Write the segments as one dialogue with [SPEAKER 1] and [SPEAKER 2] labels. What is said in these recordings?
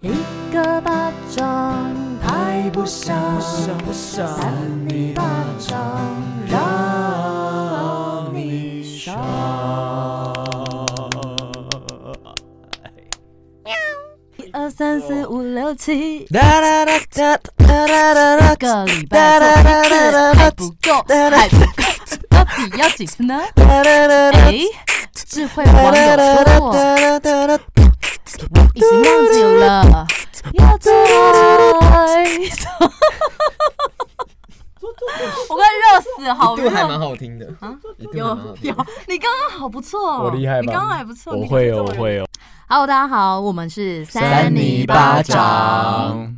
[SPEAKER 1] 一个巴掌拍不响，
[SPEAKER 2] 不想
[SPEAKER 1] 扇你巴掌让你爽。一二三四五六七，
[SPEAKER 2] 哒哒哒哒哒哒哒
[SPEAKER 1] 一
[SPEAKER 2] 哒
[SPEAKER 1] 个礼拜做一次还不够，还不够，到底要几次呢？
[SPEAKER 2] 哒哒哒。
[SPEAKER 1] 哎，智慧网友说我。已经忘记了。要做爱，我快热死，好
[SPEAKER 3] 一度还
[SPEAKER 1] 热
[SPEAKER 3] 蛮好听的啊，一度还蛮好
[SPEAKER 1] 有
[SPEAKER 3] 听
[SPEAKER 1] 有
[SPEAKER 3] 的，
[SPEAKER 1] 你刚刚好不错哦，
[SPEAKER 4] 我厉害吧
[SPEAKER 1] 你刚刚还不错，
[SPEAKER 4] 我会哦，
[SPEAKER 1] 有
[SPEAKER 4] 我。会哦。
[SPEAKER 1] Hello，大家好，我们是
[SPEAKER 2] 三
[SPEAKER 1] 尼
[SPEAKER 2] 尼
[SPEAKER 1] 巴
[SPEAKER 2] 巴
[SPEAKER 1] 掌哎
[SPEAKER 2] 掌，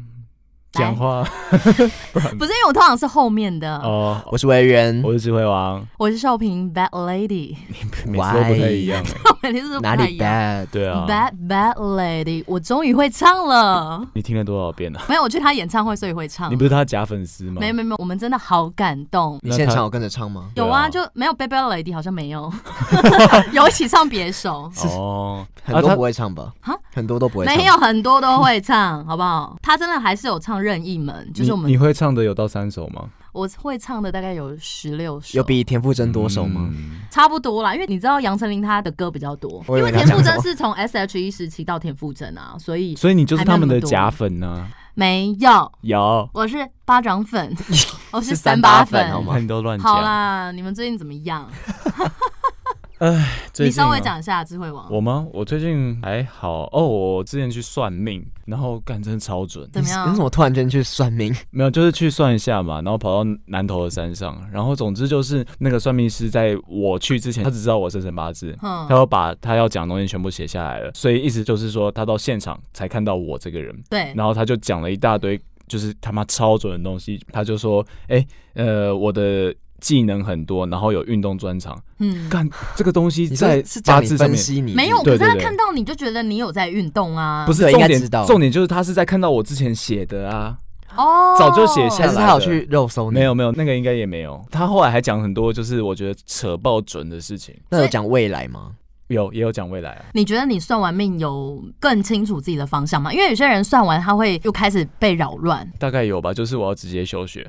[SPEAKER 4] 讲话
[SPEAKER 1] 不是因为我通常是后面的，
[SPEAKER 4] 哦，
[SPEAKER 2] 我是维人，
[SPEAKER 4] 我是智 慧王，
[SPEAKER 1] 我是少平 Bad Lady，
[SPEAKER 4] 每次都不太一样。
[SPEAKER 1] 你是不是不
[SPEAKER 2] 哪
[SPEAKER 1] 太一
[SPEAKER 2] 里
[SPEAKER 1] 样
[SPEAKER 2] bad？
[SPEAKER 4] 对啊，
[SPEAKER 1] Bad Bad Lady，我终于会唱 了，
[SPEAKER 4] 你听了多少遍啊？
[SPEAKER 1] 没有，我去他演唱会所以会唱
[SPEAKER 4] 你，不是他假粉丝吗？
[SPEAKER 1] 没没没，我们真的好感动。
[SPEAKER 2] 你
[SPEAKER 4] 那
[SPEAKER 2] 现
[SPEAKER 4] 他
[SPEAKER 2] 场有跟着唱吗？
[SPEAKER 1] 有啊，就没有 Baby Lady 好像没 有，有一起唱别首，
[SPEAKER 4] 哦，
[SPEAKER 2] 很
[SPEAKER 4] 啊
[SPEAKER 2] 多
[SPEAKER 4] 他
[SPEAKER 2] 不会唱吧
[SPEAKER 1] 哈？
[SPEAKER 2] 很多都不会唱。
[SPEAKER 1] 没有很多都会唱，好不好？他真的还是有唱任意门，就是我
[SPEAKER 4] 你你
[SPEAKER 1] 们
[SPEAKER 4] 会唱的有到三首吗？
[SPEAKER 1] 我会唱的大概有十六首，
[SPEAKER 2] 有比田馥甄多首吗？
[SPEAKER 4] 嗯
[SPEAKER 1] 差不多啦，因为你知道杨丞琳她的歌比较多，
[SPEAKER 2] 我以
[SPEAKER 1] 因
[SPEAKER 2] 为
[SPEAKER 1] 为
[SPEAKER 2] 你要
[SPEAKER 1] 田馥甄
[SPEAKER 2] 讲什么
[SPEAKER 1] 是从 S H E 时期到田馥甄啊，所以
[SPEAKER 4] 所以你就是他们的假粉呢？
[SPEAKER 1] 没有，
[SPEAKER 4] 有，
[SPEAKER 1] 我是巴掌 粉，我是
[SPEAKER 2] 是
[SPEAKER 1] 三
[SPEAKER 2] 三
[SPEAKER 1] 八
[SPEAKER 2] 八
[SPEAKER 1] 粉
[SPEAKER 2] 粉，好
[SPEAKER 4] 你
[SPEAKER 2] 吗
[SPEAKER 4] 看你都乱
[SPEAKER 1] 好
[SPEAKER 4] 讲。
[SPEAKER 1] 啦，你们最近怎么样？
[SPEAKER 4] 最
[SPEAKER 1] 你
[SPEAKER 4] 近啊
[SPEAKER 1] 稍微讲一下智慧王
[SPEAKER 4] 我吗？我最近还好哦。我之前去算命，然后干真的超准，
[SPEAKER 1] 怎么
[SPEAKER 2] 你
[SPEAKER 1] 样
[SPEAKER 2] 怎？么突然间去算 命？
[SPEAKER 4] 没有，就是去算一下嘛，然后跑到南头的山上，然后总之就是那个算命师在我去之前，他只知道我生辰八字，
[SPEAKER 1] 嗯
[SPEAKER 4] 他要把他要讲的东西全部写下来了，所以意思就是说他到现场才看到我这个人，
[SPEAKER 1] 对，
[SPEAKER 4] 然后他就讲了一大堆，就是他妈超准的东西，他就说，哎、呃，我的。技能很多，然后有运动专长，
[SPEAKER 1] 嗯，
[SPEAKER 4] 干这个东西
[SPEAKER 2] 你说
[SPEAKER 4] 在
[SPEAKER 2] 是
[SPEAKER 4] 八
[SPEAKER 2] 讲你
[SPEAKER 4] 字上
[SPEAKER 2] 分
[SPEAKER 4] 面
[SPEAKER 2] 析你
[SPEAKER 1] 没有，可
[SPEAKER 4] 对
[SPEAKER 1] 是他
[SPEAKER 4] 对对
[SPEAKER 1] 看到你就觉得你有在运动啊，
[SPEAKER 4] 不是
[SPEAKER 2] 对
[SPEAKER 4] 重
[SPEAKER 2] 应该
[SPEAKER 4] 点
[SPEAKER 2] 知道，
[SPEAKER 4] 重点就是他是在看到我之前写的啊，
[SPEAKER 1] 哦，
[SPEAKER 4] 早就写
[SPEAKER 2] 还
[SPEAKER 4] 下
[SPEAKER 2] 是
[SPEAKER 4] 来
[SPEAKER 2] 他有
[SPEAKER 4] 了
[SPEAKER 2] 去肉搜你？
[SPEAKER 4] 没有没有，那个应该也没有。他后来还讲很多，就是我觉得扯爆准的事情，
[SPEAKER 2] 那有讲未来吗？
[SPEAKER 4] 有也有讲未来啊。
[SPEAKER 1] 你觉得你算完命有更清楚自己的方向吗？因为有些人算完他会又开始被扰乱
[SPEAKER 4] 大概有吧，就是我要直接休学。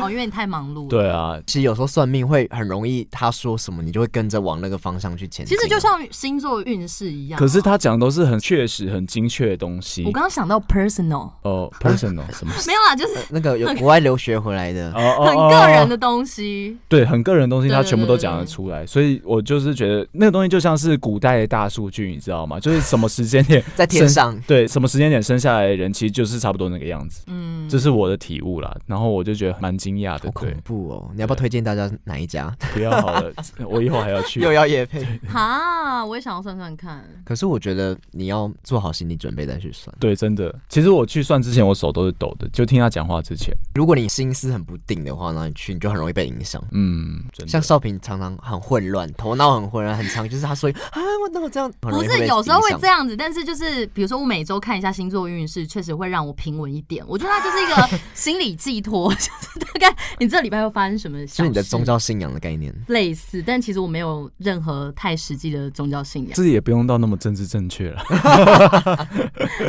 [SPEAKER 1] 哦，因为你太忙碌了。，
[SPEAKER 4] 对啊，
[SPEAKER 2] 其实有时候算命会很容易，他说什么你就会跟着往那个方向去前
[SPEAKER 1] 其
[SPEAKER 2] 进啊。
[SPEAKER 1] 实就像星座运势一样啊。
[SPEAKER 4] 可是他讲的都是很确实、很精确的东西
[SPEAKER 1] 我。刚刚想到 personal，
[SPEAKER 4] 哦，personal 什么？
[SPEAKER 1] 没有啦，就是
[SPEAKER 2] 那个有国外留学回来的，
[SPEAKER 4] 哦哦
[SPEAKER 1] 很个人
[SPEAKER 4] 的，
[SPEAKER 1] 的东西。
[SPEAKER 4] 对，很个人的东西，
[SPEAKER 1] 对
[SPEAKER 4] 他
[SPEAKER 1] 对
[SPEAKER 4] 全部
[SPEAKER 1] 对
[SPEAKER 4] 都
[SPEAKER 1] 对
[SPEAKER 4] 讲得
[SPEAKER 1] 对
[SPEAKER 4] 出来，所以我就是觉得那个东西就像是古代的大数据，你知道吗？就是什么时间点
[SPEAKER 2] 在天
[SPEAKER 4] 生
[SPEAKER 2] 上
[SPEAKER 4] 对，什么时间点生下来的人，其实就是差不多那个样子，
[SPEAKER 1] 嗯，
[SPEAKER 4] 这是我的体悟啦。然后我就觉得蛮惊讶的
[SPEAKER 2] 好，
[SPEAKER 4] 对
[SPEAKER 2] 恐，怖哦！你要不要推荐大家哪一家？
[SPEAKER 4] 不要好 了，我以后还要 去。
[SPEAKER 2] 要夜配。
[SPEAKER 1] 哈，我也想要算算 看。
[SPEAKER 2] 可是我觉得你要做好心理准备再去算。
[SPEAKER 4] 对，真的。其实我去算之前，我手都是抖的，就听他讲话之前，
[SPEAKER 2] 如果你心思很不定的话，那你去你就很容易被影响。
[SPEAKER 4] 嗯，真的
[SPEAKER 2] 像少平常常很混乱，头脑很混乱，很常 就是他说啊，我怎么这样？很容
[SPEAKER 1] 不
[SPEAKER 2] 易会
[SPEAKER 1] 是，
[SPEAKER 2] 被
[SPEAKER 1] 有时候会
[SPEAKER 2] 影响
[SPEAKER 1] 这样子，但是就是比如说我每周看一下星座运势，确实会让我平稳一点。我觉得它就是一个心理寄托， 就是大概你这礼拜会发生什么小事？
[SPEAKER 2] 是你的宗教信仰的概念。
[SPEAKER 1] 类似，但其实我没有任何太实际的宗教信 仰。
[SPEAKER 4] 这也不用到那么政治正确了。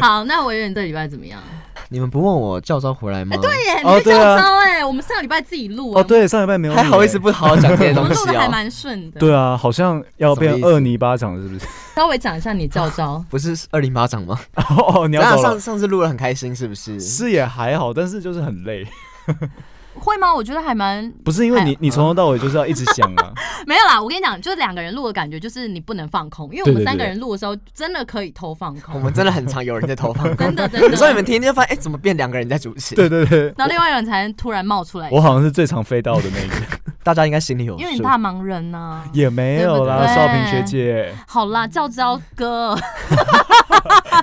[SPEAKER 1] 好，那维园这礼拜怎么样？
[SPEAKER 2] 你们不问我教招回来吗？对，
[SPEAKER 1] 耶，
[SPEAKER 4] 哦
[SPEAKER 1] 你去
[SPEAKER 4] 对
[SPEAKER 1] 教
[SPEAKER 4] 啊
[SPEAKER 1] 招哎，我们上礼拜自己录哎
[SPEAKER 4] 哦，，对，上礼拜没有，
[SPEAKER 2] 还好意思？不好好讲这些
[SPEAKER 1] 我
[SPEAKER 2] 东
[SPEAKER 1] 们录
[SPEAKER 2] 西
[SPEAKER 1] 的还
[SPEAKER 2] 哦。
[SPEAKER 1] 蛮顺的。，
[SPEAKER 4] 对啊，好像要变
[SPEAKER 2] 什么意思。
[SPEAKER 4] 二泥巴掌，是 不是？
[SPEAKER 1] 稍微讲一下你教招
[SPEAKER 2] 不是二零八掌吗？
[SPEAKER 4] 哦，你要
[SPEAKER 2] 那
[SPEAKER 4] 走
[SPEAKER 2] 上
[SPEAKER 4] 了。
[SPEAKER 2] 上次录的很开心，是不是？
[SPEAKER 4] 是也还好，但是就是很累，
[SPEAKER 1] 会吗？我觉得还蛮
[SPEAKER 4] 不是因为
[SPEAKER 1] 还
[SPEAKER 4] 你你从头到尾就是要一直想啊，
[SPEAKER 1] 没有啦。我跟你讲，就是两个人录的感觉，就是你不能放空，因为我
[SPEAKER 4] 对
[SPEAKER 1] 们
[SPEAKER 4] 对
[SPEAKER 1] 三
[SPEAKER 4] 对
[SPEAKER 1] 个人录的时候，真的可以偷放
[SPEAKER 2] 我
[SPEAKER 1] 空，
[SPEAKER 2] 们真的很常有人在投放
[SPEAKER 1] 真
[SPEAKER 2] 空。
[SPEAKER 1] 的真
[SPEAKER 2] 有时候你
[SPEAKER 1] 的。
[SPEAKER 2] 们听就发现，哎、怎么变两个人在主持？
[SPEAKER 4] 对，对对，
[SPEAKER 1] 然后另外一个人才能突然冒出来，
[SPEAKER 4] 我好像是最常飞到的那一个，
[SPEAKER 2] 大家应该心里有数。
[SPEAKER 1] 因为你大忙人呐。
[SPEAKER 4] 也没有啦，
[SPEAKER 1] 对
[SPEAKER 4] 少平学姐，
[SPEAKER 1] 好啦，教招 哥，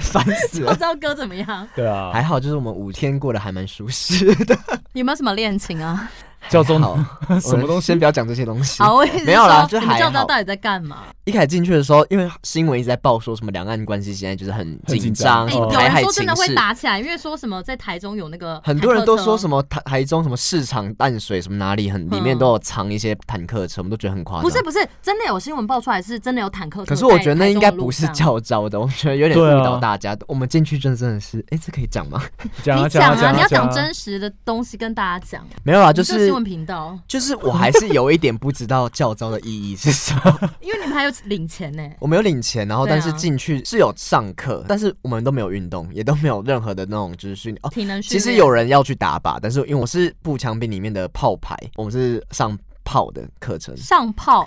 [SPEAKER 2] 烦死
[SPEAKER 1] 教
[SPEAKER 2] 了。
[SPEAKER 1] 招哥怎么样？
[SPEAKER 4] 对啊，
[SPEAKER 2] 还好，就是我们五天过得还蛮舒适的，
[SPEAKER 1] 有没有什么恋情啊？
[SPEAKER 4] 教宗
[SPEAKER 2] 好
[SPEAKER 4] 什么东西
[SPEAKER 2] 先不要讲这些东西。
[SPEAKER 1] 好，我一直
[SPEAKER 2] 没有啦
[SPEAKER 1] 说
[SPEAKER 2] 就
[SPEAKER 1] 你们
[SPEAKER 2] 还
[SPEAKER 1] 教招
[SPEAKER 2] 好
[SPEAKER 1] 到底在干嘛？
[SPEAKER 2] 一开始进去的时候，因为新闻一直在报说什么两岸关系现在就是很
[SPEAKER 4] 很
[SPEAKER 2] 紧
[SPEAKER 4] 紧
[SPEAKER 2] 张，
[SPEAKER 4] 张
[SPEAKER 1] 哎、
[SPEAKER 2] 什么
[SPEAKER 1] 有
[SPEAKER 2] 台
[SPEAKER 1] 人
[SPEAKER 2] 海
[SPEAKER 1] 说真
[SPEAKER 2] 情
[SPEAKER 1] 的会
[SPEAKER 2] 势，
[SPEAKER 1] 打起来，因为说什么在台中有那个
[SPEAKER 2] 很多人都说什
[SPEAKER 1] 么，
[SPEAKER 2] 么台台中什么市场淡水什么哪里很里面都有藏一些坦克车，我们都觉得很夸张。
[SPEAKER 1] 不是不是，真的有新闻爆出来是真的有坦克车在
[SPEAKER 2] 可
[SPEAKER 1] 台
[SPEAKER 2] 是
[SPEAKER 1] 中的
[SPEAKER 2] 我
[SPEAKER 1] 路上。
[SPEAKER 2] 觉得那应该不是教招的，我觉得有点
[SPEAKER 4] 对啊
[SPEAKER 2] 误导大家。我们进去真的真的是，哎、这可以讲吗？
[SPEAKER 4] 讲
[SPEAKER 1] 你
[SPEAKER 4] 啊
[SPEAKER 1] 讲
[SPEAKER 4] 啊
[SPEAKER 1] 啊，
[SPEAKER 4] 啊，
[SPEAKER 1] 你要
[SPEAKER 4] 讲
[SPEAKER 1] 讲
[SPEAKER 4] 啊
[SPEAKER 1] 真实的东西跟大家讲。
[SPEAKER 2] 没有啦，
[SPEAKER 1] 啊
[SPEAKER 2] 就是
[SPEAKER 1] 新闻频道，
[SPEAKER 2] 就是我还是有一点不知道教招的意义是什 么。
[SPEAKER 1] 因为你们还有领钱呢、
[SPEAKER 2] 我没有领钱，然后
[SPEAKER 1] 对啊
[SPEAKER 2] 但是进去是有上课，但是我们都没有运动，也都没有任何的那种就是训练哦。
[SPEAKER 1] 体能训
[SPEAKER 2] 其
[SPEAKER 1] 练
[SPEAKER 2] 实有人要去打靶，但是因为我是步枪兵里面的炮排，我们是上炮的课程，
[SPEAKER 1] 上 炮，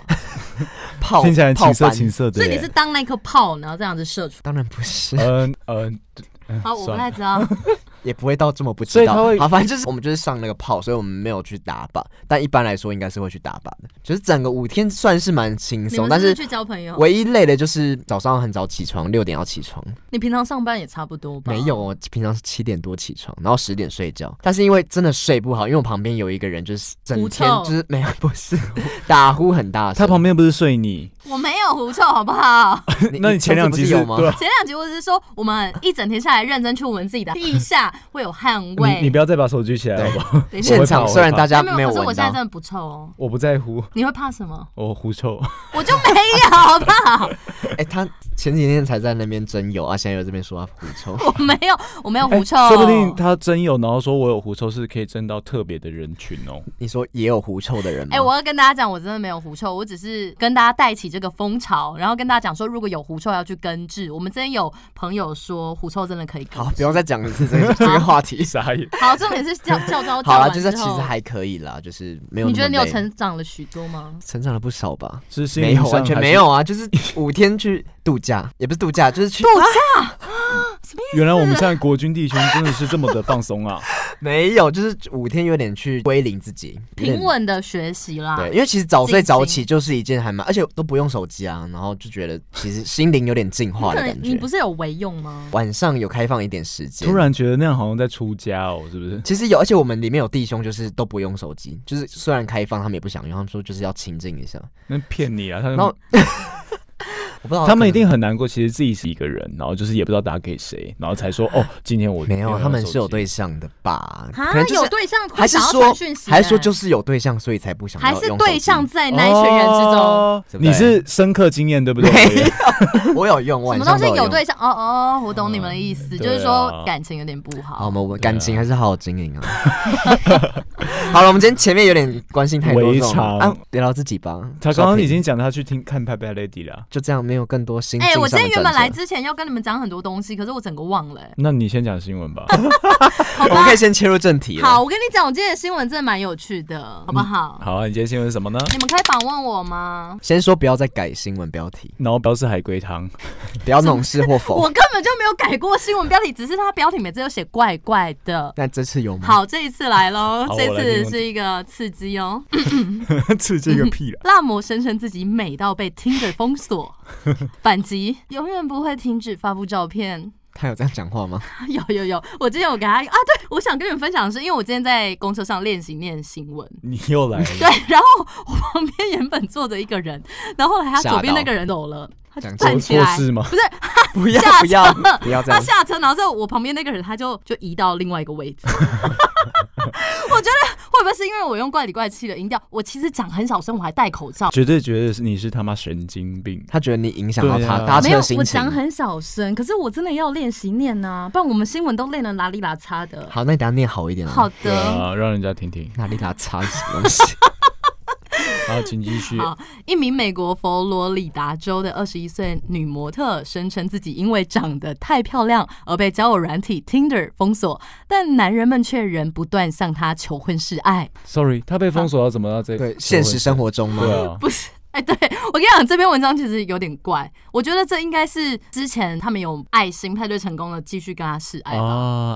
[SPEAKER 2] 炮
[SPEAKER 4] 听起来
[SPEAKER 2] 炮
[SPEAKER 4] 青涩
[SPEAKER 2] 班
[SPEAKER 4] 青涩的
[SPEAKER 1] 所以
[SPEAKER 4] 耶。
[SPEAKER 1] 你是当那颗炮，然后这样子射出。
[SPEAKER 2] 当然不是，
[SPEAKER 4] 嗯嗯，嗯
[SPEAKER 1] 好，我不
[SPEAKER 4] 算
[SPEAKER 1] 太知道。
[SPEAKER 2] 也不会到这么不
[SPEAKER 4] 所
[SPEAKER 2] 知
[SPEAKER 4] 以他
[SPEAKER 2] 道
[SPEAKER 4] 会。
[SPEAKER 2] 好，反正就是我们就是上那个炮，所以我们没有去打靶，但一般来说应该是会去打靶的。就是整个五天算是蛮轻
[SPEAKER 1] 你
[SPEAKER 2] 松，
[SPEAKER 1] 们
[SPEAKER 2] 但
[SPEAKER 1] 是不是
[SPEAKER 2] 是
[SPEAKER 1] 去交朋友？
[SPEAKER 2] 唯一累的就是早上很早起床，六点要起床。
[SPEAKER 1] 你平常上班也差不多吧？
[SPEAKER 2] 没有，，我平常是七点多起床，然后十点睡觉。但是因为真的睡不好，因为我旁边有一个人就是整
[SPEAKER 1] 狐
[SPEAKER 2] 天
[SPEAKER 1] 臭
[SPEAKER 2] 就是没有不是 打呼很大声。
[SPEAKER 4] 他旁边不是睡你，
[SPEAKER 1] 我没有狐臭，好不好？
[SPEAKER 4] 那你前两
[SPEAKER 2] 上次
[SPEAKER 4] 集是
[SPEAKER 2] 不是有吗？
[SPEAKER 4] 对啊，
[SPEAKER 1] 前两集我只是说，我们一整天下来认真去闻自己的地下会有汗味。
[SPEAKER 4] 你你不要再把手举起来
[SPEAKER 2] 对
[SPEAKER 4] 好不好？
[SPEAKER 1] 等一下
[SPEAKER 2] 现场虽然大家
[SPEAKER 1] 没
[SPEAKER 2] 没有
[SPEAKER 1] 可是我
[SPEAKER 2] 闻
[SPEAKER 1] 现在
[SPEAKER 2] 到
[SPEAKER 1] 真，的不臭哦。
[SPEAKER 4] 我不在乎，
[SPEAKER 1] 你会怕什么？
[SPEAKER 4] 我狐臭。
[SPEAKER 1] 我就没有，好不好？
[SPEAKER 2] 哎，他前几天才在那边真有啊，现在又在这边说他狐臭。
[SPEAKER 1] 我没有，我没有
[SPEAKER 2] 哎
[SPEAKER 1] 狐臭。
[SPEAKER 4] 哎说不定他真有，然后说我有狐臭，是可以争到特别的人群 哦。
[SPEAKER 2] 你说也有狐臭的人吗？
[SPEAKER 1] 哎、我要跟大家讲，我真的没有狐臭，我只是跟大家带起这个风潮，然后跟大家讲说，如果有狐臭要去根治。我们之前有朋友说狐臭真的可以根
[SPEAKER 2] 好，不
[SPEAKER 1] 治。
[SPEAKER 2] 要再讲一次 这个这个话题。
[SPEAKER 4] 傻眼，
[SPEAKER 1] 好，重点是 教教招教
[SPEAKER 2] 好
[SPEAKER 1] 完
[SPEAKER 2] 了，就
[SPEAKER 1] 之
[SPEAKER 2] 是
[SPEAKER 1] 后，
[SPEAKER 2] 其实还可以啦，就是没有那么累。
[SPEAKER 1] 你觉得你有成长了许多吗？
[SPEAKER 2] 成长了不少吧？
[SPEAKER 4] 是心
[SPEAKER 2] 没
[SPEAKER 4] 灵
[SPEAKER 2] 有，
[SPEAKER 4] 上
[SPEAKER 2] 完全
[SPEAKER 4] 还是
[SPEAKER 2] 没有。啊！就是五天去度假，也不是度假，就是去
[SPEAKER 4] 原来我们现在国军弟兄真的是这么的放松 啊！
[SPEAKER 2] 没有，就是五天有点去归零自己，有点
[SPEAKER 1] 平。稳啊的学习啦。
[SPEAKER 2] 对，因为其实早睡早起就是一件还蛮，而且都不用手机啊，然后就觉得其实心灵有点进
[SPEAKER 1] 你
[SPEAKER 2] 化的
[SPEAKER 1] 可能
[SPEAKER 2] 感
[SPEAKER 1] 你
[SPEAKER 2] 觉
[SPEAKER 1] 不。是有为用吗？
[SPEAKER 2] 晚上有开放一点时间，
[SPEAKER 4] 突然觉得那样好像在出家哦，是不是？
[SPEAKER 2] 其实有，而且我们里面有弟兄就是都不用手机，就是虽然开放他们也不想用，他们说就是要清静一下。
[SPEAKER 4] 那骗你啊！他
[SPEAKER 2] 然后
[SPEAKER 4] 们
[SPEAKER 2] 我不知道
[SPEAKER 4] 他们一
[SPEAKER 2] 哦可能
[SPEAKER 4] 定很难过，其实自己是一个人，然后就是也不知道打给谁，然后 才说哦，今天我
[SPEAKER 2] 没有，他们
[SPEAKER 4] 手机
[SPEAKER 2] 是有对象的吧？
[SPEAKER 1] 啊
[SPEAKER 2] 可能，就是
[SPEAKER 1] 有对象会
[SPEAKER 2] 还是
[SPEAKER 1] 想要
[SPEAKER 2] 说
[SPEAKER 1] 传讯息、
[SPEAKER 2] 还是说就是是有对象，所以才不想要
[SPEAKER 1] 还
[SPEAKER 2] 用
[SPEAKER 1] 是
[SPEAKER 2] 手
[SPEAKER 1] 对
[SPEAKER 2] 机
[SPEAKER 1] 象在那一群人之中。
[SPEAKER 4] 哦
[SPEAKER 2] 对不对
[SPEAKER 4] 你是深刻经验对不对？
[SPEAKER 2] 我有用，
[SPEAKER 1] 什
[SPEAKER 2] 晚
[SPEAKER 1] 么东
[SPEAKER 2] 上
[SPEAKER 1] 西
[SPEAKER 2] 都有
[SPEAKER 1] 有
[SPEAKER 2] 用
[SPEAKER 1] 对象？哦哦，我懂你们的意思，
[SPEAKER 4] 嗯
[SPEAKER 1] 就是
[SPEAKER 4] 对
[SPEAKER 1] 说
[SPEAKER 4] 啊
[SPEAKER 1] 感情有点不
[SPEAKER 2] 好，
[SPEAKER 1] 好。
[SPEAKER 2] 我们感情还是好好经营啊。 好了，我们今天前面有点关心太多这种
[SPEAKER 4] 微长
[SPEAKER 2] 啊，聊聊自己吧。
[SPEAKER 4] 他
[SPEAKER 2] 小
[SPEAKER 4] 刚刚
[SPEAKER 2] 品
[SPEAKER 4] 已经讲他去听看《拍拍 Lady》了，
[SPEAKER 2] 就这样，没有更多新。
[SPEAKER 1] 哎、我今
[SPEAKER 2] 今
[SPEAKER 1] 天
[SPEAKER 2] 天
[SPEAKER 1] 原本来之前要跟你们讲很多东西，可是我整个忘了、哎
[SPEAKER 4] 那你先讲新闻吧。
[SPEAKER 1] 好
[SPEAKER 2] 我们
[SPEAKER 1] 吧
[SPEAKER 2] 可以，先切入正题了。
[SPEAKER 1] 好，，我跟你讲，我今天的新闻真的蛮有趣的，好不好？
[SPEAKER 4] 好啊，你今天新闻是什么呢？
[SPEAKER 1] 你们可以访问我吗？
[SPEAKER 2] 先说不要再改新闻标题，
[SPEAKER 4] 然后标示海龟汤，
[SPEAKER 2] 不要那种是或否
[SPEAKER 4] 哦
[SPEAKER 1] 我。根本就没有改过新闻标题，只是它标题每次都写怪怪的。
[SPEAKER 2] 那这次有吗？，
[SPEAKER 1] 好，这一次来喽，
[SPEAKER 4] 好
[SPEAKER 1] 这
[SPEAKER 4] 我来听
[SPEAKER 1] 次
[SPEAKER 4] 我
[SPEAKER 1] 是一个刺激哦。
[SPEAKER 4] 刺激个屁啦！
[SPEAKER 1] 辣模声称自己美到被 Tinder 封 锁，反击永远不会停止发布照片。
[SPEAKER 2] 他有这样讲话吗？
[SPEAKER 1] 有有有，我之前有给他啊，对，我想跟你们分享的是，因为我今天在公车上练习念新闻，
[SPEAKER 4] 你又来
[SPEAKER 1] 对
[SPEAKER 4] 了，，
[SPEAKER 1] 然后我旁边原本坐着一个人，然后后来他左边
[SPEAKER 2] 吓到
[SPEAKER 1] 那个人走了，他就
[SPEAKER 2] 讲
[SPEAKER 1] 站
[SPEAKER 4] 做
[SPEAKER 1] 起
[SPEAKER 4] 错
[SPEAKER 1] 来，
[SPEAKER 4] 事吗？
[SPEAKER 1] 不是
[SPEAKER 2] 不要
[SPEAKER 1] 吓
[SPEAKER 2] 不要
[SPEAKER 1] 死了
[SPEAKER 2] 不要这
[SPEAKER 1] 他
[SPEAKER 2] 样。
[SPEAKER 1] 下车，然后在我旁边那个人他就就移到另外一个位 置。我觉得会不会是因为我用怪里怪气的音调？我其实讲很小声，我还戴口罩。
[SPEAKER 4] 绝对觉得是你是他妈神经病。
[SPEAKER 2] 他觉得你影响到
[SPEAKER 4] 对
[SPEAKER 2] 他
[SPEAKER 4] 啊
[SPEAKER 2] 搭
[SPEAKER 1] 没有
[SPEAKER 2] 车，心
[SPEAKER 1] 我
[SPEAKER 2] 情
[SPEAKER 1] 讲。很小声，可是我真的要练习念呐、不然我们新闻都练得拉里拉叉的。
[SPEAKER 2] 好，那你等下念好一点啊。
[SPEAKER 1] 好，
[SPEAKER 4] 对
[SPEAKER 1] 的，
[SPEAKER 4] 啊，让人家听听。
[SPEAKER 2] 哪里打叉是什 么东西？
[SPEAKER 4] 好，请继续。
[SPEAKER 1] 好一名美国佛罗里达州的二十一岁女模特声称自己因为长得太漂亮而被交友软体 Tinder 封锁，但男人们却仍不断向她求婚示爱。
[SPEAKER 4] Sorry，他被封锁到怎么到这？
[SPEAKER 2] 对， 现实生活中吗？
[SPEAKER 4] 对啊，
[SPEAKER 1] 不是。哎、对 我跟你讲，这篇文章其实有点怪，我觉得这应该是之前他们有爱心派对成功的，继续跟他示爱
[SPEAKER 2] 哦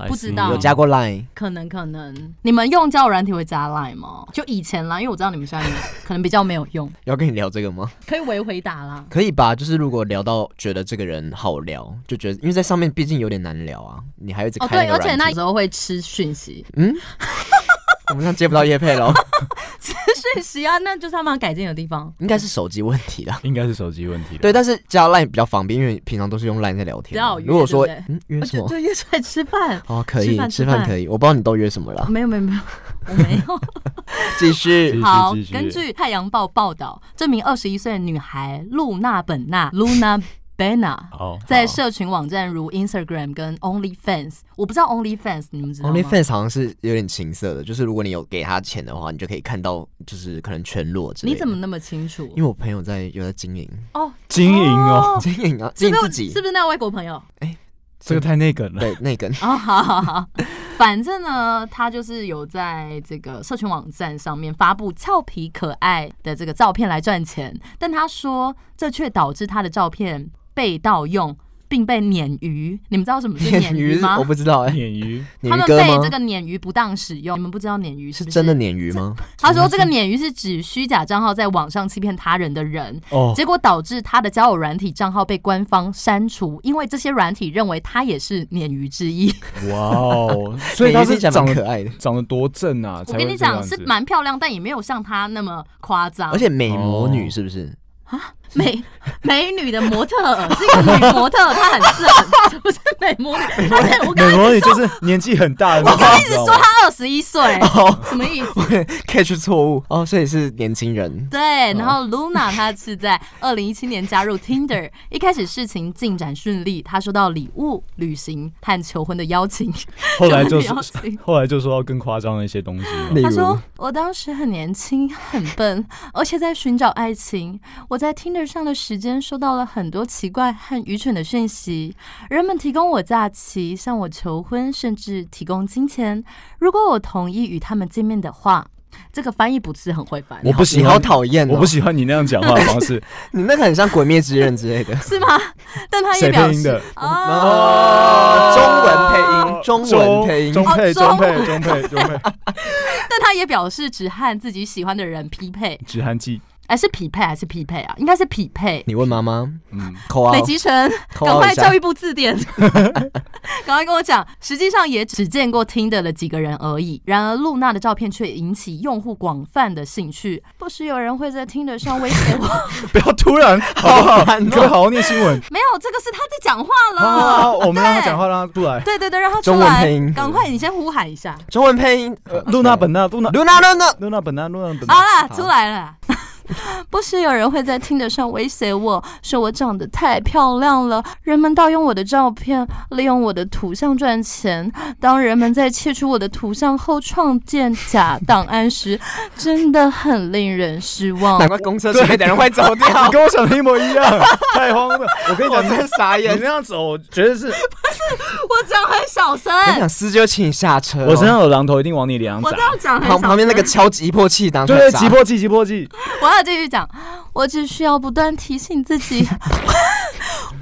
[SPEAKER 1] 吧。
[SPEAKER 4] 啊
[SPEAKER 1] 不知道
[SPEAKER 2] 有加过 Line，
[SPEAKER 1] 可能可能，你们用交友软体会加 Line 吗？就以前啦，因为我知道你们现在可能比较没有用，
[SPEAKER 2] 要跟你聊这个吗？
[SPEAKER 1] 可以微回答啦。
[SPEAKER 2] 可以吧？就是如果聊到觉得这个人好聊，就觉得因为在上面毕竟有点难聊啊，你还一直
[SPEAKER 1] 哦，
[SPEAKER 2] 开
[SPEAKER 1] 对，
[SPEAKER 2] 那个
[SPEAKER 1] 而且
[SPEAKER 2] 软
[SPEAKER 1] 那
[SPEAKER 2] 体
[SPEAKER 1] 时候会吃讯息，
[SPEAKER 2] 我们这样接不到叶配喽。
[SPEAKER 1] 讯息啊， 那就是他们要改进的地方，
[SPEAKER 2] 应该是手机问题啦。
[SPEAKER 4] 应该是手机问题了。
[SPEAKER 2] 对，但是加 Line 比较方便，因为平常都是用 Line 在聊
[SPEAKER 1] 比
[SPEAKER 2] 天
[SPEAKER 1] 较有
[SPEAKER 2] 嘛。
[SPEAKER 1] 约
[SPEAKER 2] 如果说
[SPEAKER 1] 对不对
[SPEAKER 2] 嗯约什
[SPEAKER 1] 就
[SPEAKER 2] 么？
[SPEAKER 1] 就约出来吃饭。
[SPEAKER 2] 哦，可
[SPEAKER 1] 吃
[SPEAKER 2] 以
[SPEAKER 1] 饭
[SPEAKER 2] 吃
[SPEAKER 1] 吃饭
[SPEAKER 2] 饭可以，我不知道你都约什么了。
[SPEAKER 1] 没有没有没有， 我没有。
[SPEAKER 2] 继续
[SPEAKER 4] 继续
[SPEAKER 1] 好
[SPEAKER 4] 继，续
[SPEAKER 1] 根据《太阳报》报道，这名二十一岁的女孩露娜本娜 （Luna Benna）
[SPEAKER 4] 好，
[SPEAKER 1] 在社群网站如 Instagram 跟 OnlyFans，我不知道 OnlyFans 你们知道吗
[SPEAKER 2] OnlyFans 好像是有点情色的，就是如果你有给他钱的话，你就可以看到，就是可能全裸之类的。
[SPEAKER 1] 你怎么？那么清楚？
[SPEAKER 2] 因为我朋友在有在 经营，
[SPEAKER 1] 哦，
[SPEAKER 4] 经营哦，
[SPEAKER 2] 经营啊，
[SPEAKER 1] 是
[SPEAKER 2] 经营
[SPEAKER 1] 不
[SPEAKER 2] 自
[SPEAKER 1] 是
[SPEAKER 2] 己
[SPEAKER 1] 是不是那个外国朋友？
[SPEAKER 4] 这个太那个了。
[SPEAKER 2] 对 那个
[SPEAKER 1] 哦，好好好，反正呢，他就是有在这个社群网站上面发布俏皮可爱的这个照片来赚钱，但他说这却导致他的照片被盗用，并被鲶鱼。你们知道什么 是鲶鱼
[SPEAKER 2] 鱼
[SPEAKER 1] 吗？
[SPEAKER 2] 我不知道 哎，
[SPEAKER 4] 鲶鱼
[SPEAKER 1] 他
[SPEAKER 2] 鲶
[SPEAKER 1] 们
[SPEAKER 2] 鱼哥
[SPEAKER 1] 被这
[SPEAKER 2] 吗？
[SPEAKER 1] 个鲶鱼不当使用，你们不知道鲶鱼是
[SPEAKER 2] 是
[SPEAKER 1] 不是
[SPEAKER 2] 真的？鲶鱼吗？
[SPEAKER 1] 他说这个啊鲶鱼是指虚假账号在网上欺骗他人的人，
[SPEAKER 4] 哦，
[SPEAKER 1] 结果导致他的交友软体账号被官方删除，因为这些软体认为他也是鲶鱼之一。
[SPEAKER 4] 哇哦，所以他是
[SPEAKER 2] 讲
[SPEAKER 4] 长
[SPEAKER 2] 蛮
[SPEAKER 4] 得
[SPEAKER 2] 可爱的，
[SPEAKER 4] 长得多正啊！
[SPEAKER 1] 我
[SPEAKER 4] 才会
[SPEAKER 1] 跟你
[SPEAKER 4] 这样
[SPEAKER 1] 讲是
[SPEAKER 4] 子
[SPEAKER 1] 蛮漂亮，但也没有像她那么夸张。
[SPEAKER 2] 而且美魔女
[SPEAKER 4] 哦
[SPEAKER 2] 是不是？
[SPEAKER 1] 美 美女的模特儿是一个女模特儿，她很正， 不是美魔女。她是我刚
[SPEAKER 4] 美魔女就是 年纪很大的那
[SPEAKER 1] 我
[SPEAKER 4] 种，
[SPEAKER 1] 刚一
[SPEAKER 4] 你
[SPEAKER 1] 直
[SPEAKER 4] 知道
[SPEAKER 1] 说
[SPEAKER 4] 吗
[SPEAKER 1] 她二十一岁，
[SPEAKER 2] 哦
[SPEAKER 1] 什么意思？
[SPEAKER 2] ，catch 错误哦，所以是年轻人。
[SPEAKER 1] 对，
[SPEAKER 4] 嗯
[SPEAKER 1] 然后 Luna 她是在二零一七年加入 Tinder，一开始事情进展顺利，她收到礼物、旅行和求婚的邀请。
[SPEAKER 4] 后来就
[SPEAKER 1] 就很了
[SPEAKER 4] 是
[SPEAKER 1] 解
[SPEAKER 4] 后来就说到更夸张的一些东西嘛。
[SPEAKER 2] 例
[SPEAKER 1] 他
[SPEAKER 2] 如
[SPEAKER 1] 说，：“我当时很年轻，很笨， 而且在寻找爱情。我在 Tinder 上的时间收到了很多奇怪和愚蠢的讯息，人们提供我假期，向我求婚，甚至提供金钱。如果我同意与他们见面的话，这个翻译不是很会翻，
[SPEAKER 4] 我不喜
[SPEAKER 2] 你好
[SPEAKER 4] 欢，
[SPEAKER 2] 讨厌哦，
[SPEAKER 4] 我不喜欢你那样讲话的方式。
[SPEAKER 2] 你那个很像《鬼灭之刃》之类 的
[SPEAKER 1] 是吗？但他也
[SPEAKER 4] 谁
[SPEAKER 1] 表
[SPEAKER 4] 配音
[SPEAKER 1] 示
[SPEAKER 4] 的
[SPEAKER 1] 啊，
[SPEAKER 2] 哦中哦文配音，中文配音
[SPEAKER 4] 中，配，
[SPEAKER 1] 哦
[SPEAKER 4] 中配，中配，中配。
[SPEAKER 1] 但他也表示只和自己喜欢的人匹配，
[SPEAKER 4] 止汗剂，
[SPEAKER 1] 哎，是匹配还是匹配啊？应该是匹配。”
[SPEAKER 2] 你问妈妈，
[SPEAKER 4] 嗯，
[SPEAKER 2] 口啊
[SPEAKER 1] 美，吉成，
[SPEAKER 2] 扣
[SPEAKER 1] 赶
[SPEAKER 2] 号
[SPEAKER 1] 快
[SPEAKER 2] 一下
[SPEAKER 1] 教育部字典， 赶快跟我讲。实际上也只见过 Tinder 的几个人而已。然而露娜的照片却引起用户广泛的兴趣，不时有人会在 Tinder 上威胁 我。
[SPEAKER 4] 不要突然， 好不
[SPEAKER 2] 好
[SPEAKER 4] 好？
[SPEAKER 2] 烦哦
[SPEAKER 4] 你给我好好念新闻。
[SPEAKER 1] 没有，这个是他在讲话
[SPEAKER 4] 好好
[SPEAKER 1] 了。
[SPEAKER 4] 好，我们让他讲话，让他出来。
[SPEAKER 1] 对对对，让他出
[SPEAKER 2] 哦中文配
[SPEAKER 1] 来，
[SPEAKER 2] 音
[SPEAKER 1] 赶快你先呼喊一下。
[SPEAKER 2] 中文配音，
[SPEAKER 4] 呃露娜本娜，露娜，
[SPEAKER 2] 露娜露娜，
[SPEAKER 4] 露娜本娜，啊露娜本
[SPEAKER 1] 好
[SPEAKER 4] 娜。
[SPEAKER 1] 啦，出来 了。不时有人会在听得上威胁我，说我长得太漂亮了，人们盗用我的照片，利用我的图像赚钱。当人们在切除我的图像后创建假档案时，真的很令人失望
[SPEAKER 2] 难。怪公车前面的人会走掉，
[SPEAKER 4] 你跟我想的一模一 样，太荒谬！我跟你
[SPEAKER 2] 我
[SPEAKER 4] 讲，你
[SPEAKER 2] 真傻
[SPEAKER 4] 你
[SPEAKER 2] 眼。
[SPEAKER 4] 那样走，我觉得是
[SPEAKER 1] 我讲很小声，
[SPEAKER 2] 我想司机就请你下车哦，
[SPEAKER 4] 我身上有榔头，一定往你脸上
[SPEAKER 1] 我
[SPEAKER 4] 砸
[SPEAKER 1] 这。样讲很小
[SPEAKER 2] 旁
[SPEAKER 1] 声。
[SPEAKER 2] 旁边那个敲急迫器当场
[SPEAKER 4] 对，
[SPEAKER 2] 砸
[SPEAKER 4] 急，迫器，急迫器。
[SPEAKER 1] 我要继续讲，我只需要不断提醒自己，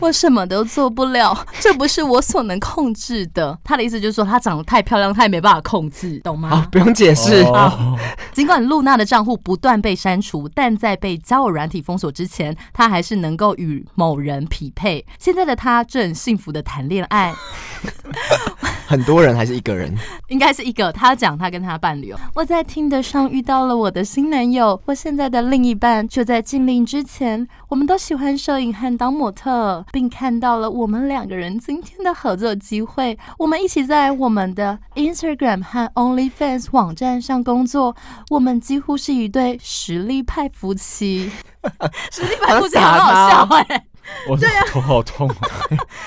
[SPEAKER 1] 我什么都做不了，这不是我所能控制的。他的意思就是说，她长得太漂亮，她也没办法控制，懂
[SPEAKER 2] 好，
[SPEAKER 1] 吗？
[SPEAKER 2] 不用解释，
[SPEAKER 4] 哦
[SPEAKER 1] 尽管露娜的账户不断被删除，但在被交友软体封锁之前，她还是能够与某人匹配。现在的她正幸福的谈恋爱。
[SPEAKER 2] 很多人还是一个人，
[SPEAKER 1] 应该是一个，他讲他跟他伴侣哦，我在听得上遇到了我的新男友，我现在的另一半。就在禁令之前，我们都喜欢摄影和当模特儿，并看到了我们两个人今天的合作机会。我们一起在我们的 Instagram 和 OnlyFans 网站上工作，我们几乎是一对实力派夫妻。 实力派夫妻很好笑哎、
[SPEAKER 4] 我的头好痛啊。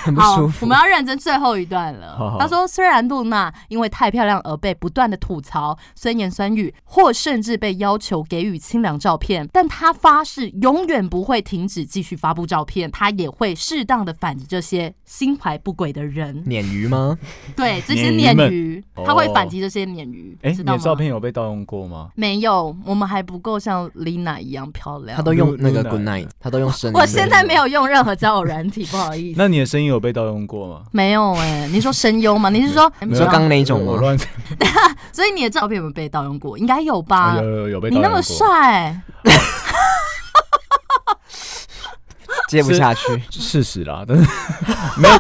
[SPEAKER 2] 很不
[SPEAKER 1] 好
[SPEAKER 2] 舒，服
[SPEAKER 1] 我。们要认真最后一段了。
[SPEAKER 4] 好好
[SPEAKER 1] 他说，虽然露娜因为太漂亮而被不断的吐槽、酸言酸语，或甚至被要求给予清凉照片，但她发誓永远不会停止继续发布照片，她也会适当的反击这些心怀不轨的人。
[SPEAKER 2] 鲶鱼吗？
[SPEAKER 1] 对这些
[SPEAKER 4] 鲶鱼
[SPEAKER 1] 鲶
[SPEAKER 4] 们
[SPEAKER 1] 鱼，
[SPEAKER 4] 哦
[SPEAKER 1] 她会反击这些鲶鱼，
[SPEAKER 4] 哎，
[SPEAKER 1] 知
[SPEAKER 4] 你
[SPEAKER 1] 道
[SPEAKER 4] 的
[SPEAKER 1] 吗？
[SPEAKER 4] 照片有被盗用过吗？
[SPEAKER 1] 没有，我们还不够像 Lina 一样漂亮
[SPEAKER 2] 他。都用那个
[SPEAKER 4] Luna
[SPEAKER 2] Good Night，他都用声音。
[SPEAKER 1] 我现在没有用任何交友软体，不好意思。
[SPEAKER 4] 那你的声音有被盗用过吗？
[SPEAKER 1] 没有哎、你说声优吗？你是说
[SPEAKER 2] 你说刚刚那一种
[SPEAKER 4] 我
[SPEAKER 2] 吗？
[SPEAKER 4] 乱
[SPEAKER 1] 所以你的照片有没有被盗用过？应该有吧。
[SPEAKER 4] 哦有有有被盗
[SPEAKER 1] 你
[SPEAKER 4] 用
[SPEAKER 1] 那
[SPEAKER 4] 过。
[SPEAKER 1] 么帅，
[SPEAKER 2] 接不下去，
[SPEAKER 4] 事实啦，但是没有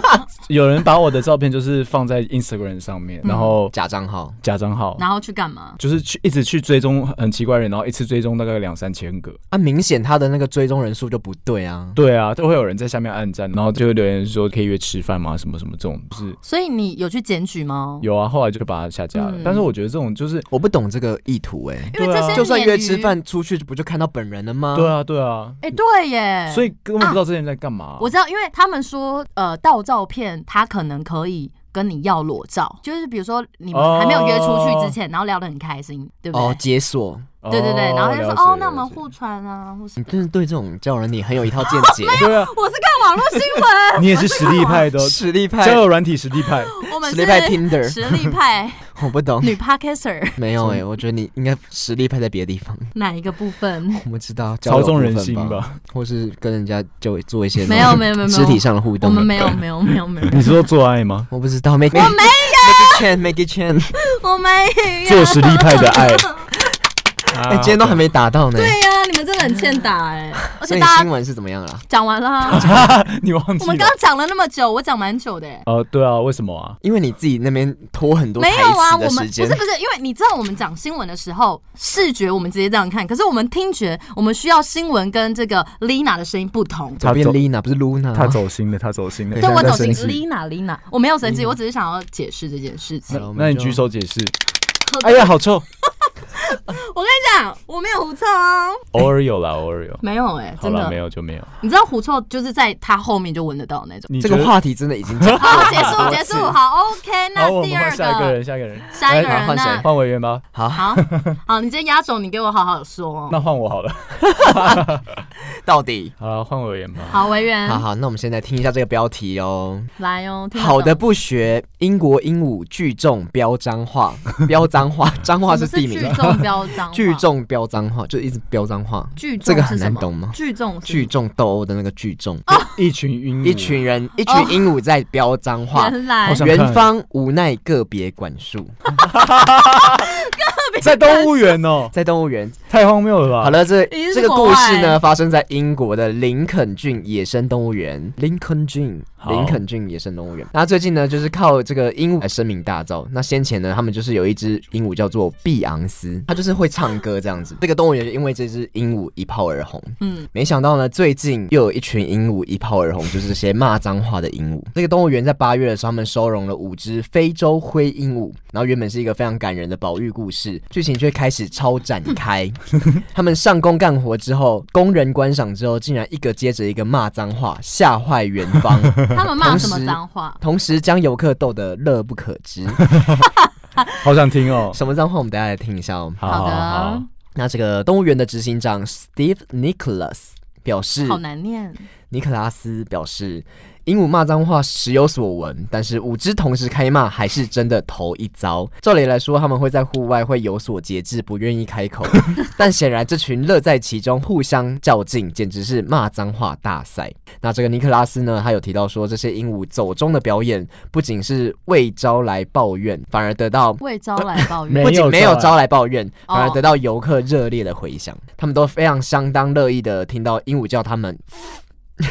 [SPEAKER 4] 有人把我的照片就是放在 Instagram 上面，
[SPEAKER 1] 嗯
[SPEAKER 4] 然后
[SPEAKER 2] 假账号，
[SPEAKER 4] 假账号，
[SPEAKER 1] 然后去干嘛？
[SPEAKER 4] 就是去一直去追踪很奇怪的人，然后一次追踪大概两三千个。
[SPEAKER 2] 啊，明显他的那个追踪人数就不对啊。
[SPEAKER 4] 对啊，都会有人在下面按赞，然后就会留言说可以约吃饭吗？什么什么这种，就是
[SPEAKER 1] 所以你有去检举吗？
[SPEAKER 4] 有啊。后来就把它下架了。
[SPEAKER 1] 嗯
[SPEAKER 4] 但是我觉得这种就是
[SPEAKER 2] 我不懂这个意图哎、
[SPEAKER 1] 因为这
[SPEAKER 4] 对
[SPEAKER 1] 些
[SPEAKER 4] 啊
[SPEAKER 2] 就算
[SPEAKER 1] 鲶
[SPEAKER 2] 约
[SPEAKER 1] 鱼
[SPEAKER 2] 吃，饭出去，不就看到本人了
[SPEAKER 1] 嗯
[SPEAKER 2] 吗？
[SPEAKER 4] 对，啊，对啊，
[SPEAKER 1] 哎、对耶，
[SPEAKER 4] 所以根本不知道这些人在干嘛、
[SPEAKER 1] 啊我知道，因为他们说，呃，盗照片他可能可以跟你要裸照，就是比如说你们
[SPEAKER 4] 哦
[SPEAKER 1] 还没有约出去之前，然后聊得很开心，对不对？
[SPEAKER 2] 哦，解锁，
[SPEAKER 4] 哦
[SPEAKER 1] 对对对，然后他就说
[SPEAKER 4] 了解
[SPEAKER 1] 哦，那我们
[SPEAKER 4] 了解
[SPEAKER 1] 互传啊，或是
[SPEAKER 2] 你真的对这种交友软体很有一套见解，，
[SPEAKER 4] 对啊，
[SPEAKER 1] 我是看网络新闻，
[SPEAKER 4] 你也是实力派 的哦
[SPEAKER 2] 实力派，
[SPEAKER 4] 交友软体实力派。
[SPEAKER 1] 我们
[SPEAKER 2] 实
[SPEAKER 1] 是
[SPEAKER 2] 力派 Tinder，
[SPEAKER 1] 实力 派
[SPEAKER 2] 我不懂，
[SPEAKER 1] 女 podcaster
[SPEAKER 2] 没有哎、我觉得你应该实力派在别的地方，
[SPEAKER 1] 哪一个部分？
[SPEAKER 2] 我们知 道
[SPEAKER 4] 操纵人
[SPEAKER 2] 心
[SPEAKER 4] 心
[SPEAKER 2] 吧，
[SPEAKER 4] 吧？
[SPEAKER 2] 或是跟人家就做一些
[SPEAKER 1] 没有没有没有没有
[SPEAKER 2] 肢体上的互
[SPEAKER 1] 我
[SPEAKER 2] 动，
[SPEAKER 1] 们没有没有没有没有，
[SPEAKER 4] 你是说做爱吗？
[SPEAKER 2] 我不知道，没
[SPEAKER 1] 我没
[SPEAKER 2] Maggie Chan，Maggie Chan，
[SPEAKER 1] 我没有。
[SPEAKER 4] 做实力派的 爱。啊
[SPEAKER 2] 哎，今天都还没打到呢，
[SPEAKER 1] 对呀、你们真的很欠打哎、而
[SPEAKER 2] 所
[SPEAKER 1] 且
[SPEAKER 2] 以
[SPEAKER 1] 大
[SPEAKER 2] 新
[SPEAKER 1] 家
[SPEAKER 2] 闻是怎么样了？
[SPEAKER 1] 讲完了啊、
[SPEAKER 4] 你忘
[SPEAKER 1] 我
[SPEAKER 4] 记
[SPEAKER 1] 们
[SPEAKER 4] 了
[SPEAKER 1] 刚？讲了那么久，我讲蛮久的哎、
[SPEAKER 4] 呃，对啊，为什么啊？
[SPEAKER 2] 因为你自己那边拖很多
[SPEAKER 1] 没
[SPEAKER 2] 台
[SPEAKER 1] 有啊，
[SPEAKER 2] 词
[SPEAKER 1] 我们
[SPEAKER 2] 的时
[SPEAKER 1] 不是
[SPEAKER 2] 间，
[SPEAKER 1] 不是，因为你知道我们讲新闻的时候，视觉我们直接这样看，可是我们听觉，我们需要新闻跟这个 Lina 的声音不同。
[SPEAKER 2] 左边
[SPEAKER 4] 他走
[SPEAKER 2] Lina 不是 Luna，
[SPEAKER 4] 他走心了，他哦走心了。
[SPEAKER 1] 对我
[SPEAKER 2] 在
[SPEAKER 1] 走心
[SPEAKER 2] 生气
[SPEAKER 1] Lina Lina，我没有生气，我只是想要解释这件事情。
[SPEAKER 2] 好
[SPEAKER 4] 那你举。手解释。
[SPEAKER 1] 好的
[SPEAKER 4] 哎呀，好臭！
[SPEAKER 1] 我跟你讲，我没有狐臭哦，
[SPEAKER 4] 偶尔有啦，偶尔有。
[SPEAKER 1] 没有哎，
[SPEAKER 4] 好
[SPEAKER 1] 真
[SPEAKER 4] 了，
[SPEAKER 1] 的
[SPEAKER 4] 没，有就没有。
[SPEAKER 1] 你知道狐臭就是在它后面就闻得到那种。
[SPEAKER 4] 你
[SPEAKER 2] 我们就这
[SPEAKER 4] 觉
[SPEAKER 2] 个
[SPEAKER 4] 得
[SPEAKER 2] 话题真的已经 讲
[SPEAKER 1] 好，
[SPEAKER 2] 过
[SPEAKER 1] 结束
[SPEAKER 2] 很多
[SPEAKER 1] 结
[SPEAKER 2] 次
[SPEAKER 1] 束，，好，OK，那
[SPEAKER 4] 好，我
[SPEAKER 1] 第
[SPEAKER 4] 们
[SPEAKER 1] 二
[SPEAKER 4] 换下一个
[SPEAKER 1] 个，
[SPEAKER 4] 人，下一个人，
[SPEAKER 1] 下一个
[SPEAKER 4] 来
[SPEAKER 1] 人
[SPEAKER 2] 换
[SPEAKER 1] 那
[SPEAKER 2] 谁
[SPEAKER 4] 换委员吧。
[SPEAKER 2] 好，
[SPEAKER 1] 好好，你今天压轴，你给我好好说哦。
[SPEAKER 4] 那换我好了。
[SPEAKER 2] 到底。
[SPEAKER 4] 好了，换委员吧。
[SPEAKER 1] 好，维园
[SPEAKER 2] 好好，那我们现在听一下这个标题哦。
[SPEAKER 1] 来哦，嗯听得
[SPEAKER 2] 好的
[SPEAKER 1] 懂，
[SPEAKER 2] 不学，英国鹦鹉聚众飙脏话，飙脏 话，脏话是地名
[SPEAKER 1] 什么，是聚众标 章，
[SPEAKER 2] 聚众飙脏话，就一直飙脏话。
[SPEAKER 1] 聚众
[SPEAKER 2] 这个
[SPEAKER 1] 是
[SPEAKER 2] 很
[SPEAKER 1] 什
[SPEAKER 2] 难
[SPEAKER 1] 么
[SPEAKER 2] 懂吗
[SPEAKER 1] 聚众是
[SPEAKER 2] 聚众斗殴的那个聚众，
[SPEAKER 4] 一群晕，
[SPEAKER 2] 一群人，一群鹦鹉在飙脏话，
[SPEAKER 1] 原来
[SPEAKER 4] 好哦想看
[SPEAKER 2] 园方无奈个别管束，
[SPEAKER 4] 在动物园 哦，
[SPEAKER 2] 在动物园。
[SPEAKER 4] 太荒谬了吧？
[SPEAKER 2] 好，了，这
[SPEAKER 1] 已经是啊
[SPEAKER 2] 这个
[SPEAKER 1] 国
[SPEAKER 2] 故事
[SPEAKER 1] 外
[SPEAKER 2] 呢，发生在英国的林肯郡野生动物园。林肯郡，
[SPEAKER 4] 好
[SPEAKER 2] 林肯郡野生动物园。那最近呢，就是靠这个鹦鹉来声名大噪。那先前呢，他们就是有一只鹦鹉叫做碧昂斯，它就是会唱歌这样子。这个动物园就因为这只鹦鹉一炮而红。
[SPEAKER 1] 嗯，
[SPEAKER 2] 没想到呢，最近又有一群鹦鹉一炮而红，就是这些骂脏话的鹦鹉。这个动物园在八月的时候，他们收容了五只非洲灰鹦鹉，然后原本是一个非常感人的保育故事，剧情却开始超展开。他们上工干活之后，工人观赏之后，竟然一个接着一个骂脏话，吓坏园方，
[SPEAKER 1] 他们骂什么
[SPEAKER 2] 同时
[SPEAKER 1] 脏话？
[SPEAKER 2] 同时将游客逗得乐不可支。
[SPEAKER 4] 好想听哦。
[SPEAKER 2] 什么脏话？我们大家来听一下哦。
[SPEAKER 1] 好的
[SPEAKER 4] 好
[SPEAKER 2] 那这个动物园的执行长 Steve Nicholas 表示，
[SPEAKER 1] 好难念，
[SPEAKER 2] 尼克拉斯表示，鹦鹉骂脏话时有所闻，但是五只同时开骂还是真的头一遭。照理来说，他们会在户外会有所节制，不愿意开口，但显然这群乐在其中，互相较劲，简直是骂脏话大赛。那这个尼克拉斯呢，他有提到说，这些鹦鹉走中的表演不仅是为招来抱怨，反而得到
[SPEAKER 1] 未招来抱怨
[SPEAKER 4] 没。
[SPEAKER 2] 不仅没
[SPEAKER 4] 有啊
[SPEAKER 2] 有
[SPEAKER 4] 招来
[SPEAKER 2] 招来抱怨，反而
[SPEAKER 1] 哦
[SPEAKER 2] 得到游客热烈的回响。他们都非常相当乐意的听到鹦鹉叫他们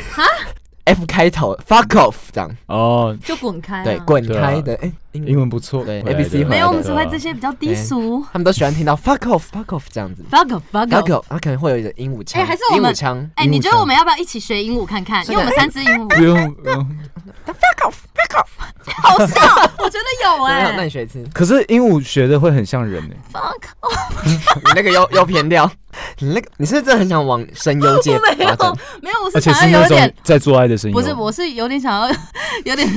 [SPEAKER 2] ，F 开头 fuck off 这样，
[SPEAKER 4] 哦，
[SPEAKER 1] 就滚开、啊！
[SPEAKER 2] 对，滚开的，哎，英
[SPEAKER 4] 英
[SPEAKER 2] 文
[SPEAKER 4] 文不错，
[SPEAKER 2] 对
[SPEAKER 4] 回来的
[SPEAKER 2] ABC
[SPEAKER 1] 没有，我们
[SPEAKER 2] 对
[SPEAKER 1] 只会这。些比较低俗。
[SPEAKER 2] 他们都喜欢听到 fuck off fuck off 这样子
[SPEAKER 1] fuck off, fuck
[SPEAKER 2] ，fuck
[SPEAKER 1] off。
[SPEAKER 2] off，他可能会有一个鹦鹉腔，
[SPEAKER 1] 哎还是我
[SPEAKER 2] 鹦
[SPEAKER 1] 们
[SPEAKER 2] 鹉腔，
[SPEAKER 1] 哎、你觉得我们要不要一起学鹦鹉看看？因为我们三只鹦鹉
[SPEAKER 4] 不用，不用
[SPEAKER 1] 好笑，我觉得有
[SPEAKER 2] 对啊
[SPEAKER 1] 哎、
[SPEAKER 2] 那那你学一次，
[SPEAKER 4] 可是鹦鹉学的会很像人欸呢。
[SPEAKER 1] fuck，
[SPEAKER 2] 你那个又又偏掉， 你那个你是不是真的很想往声优界
[SPEAKER 1] 我没
[SPEAKER 2] 发展
[SPEAKER 1] 有？没有，我是
[SPEAKER 4] 而且
[SPEAKER 1] 想
[SPEAKER 4] 是
[SPEAKER 1] 要
[SPEAKER 4] 那
[SPEAKER 1] 有
[SPEAKER 4] 种
[SPEAKER 1] 点，
[SPEAKER 4] 在做爱的声音哦。
[SPEAKER 1] 不是，我是有点想要 有点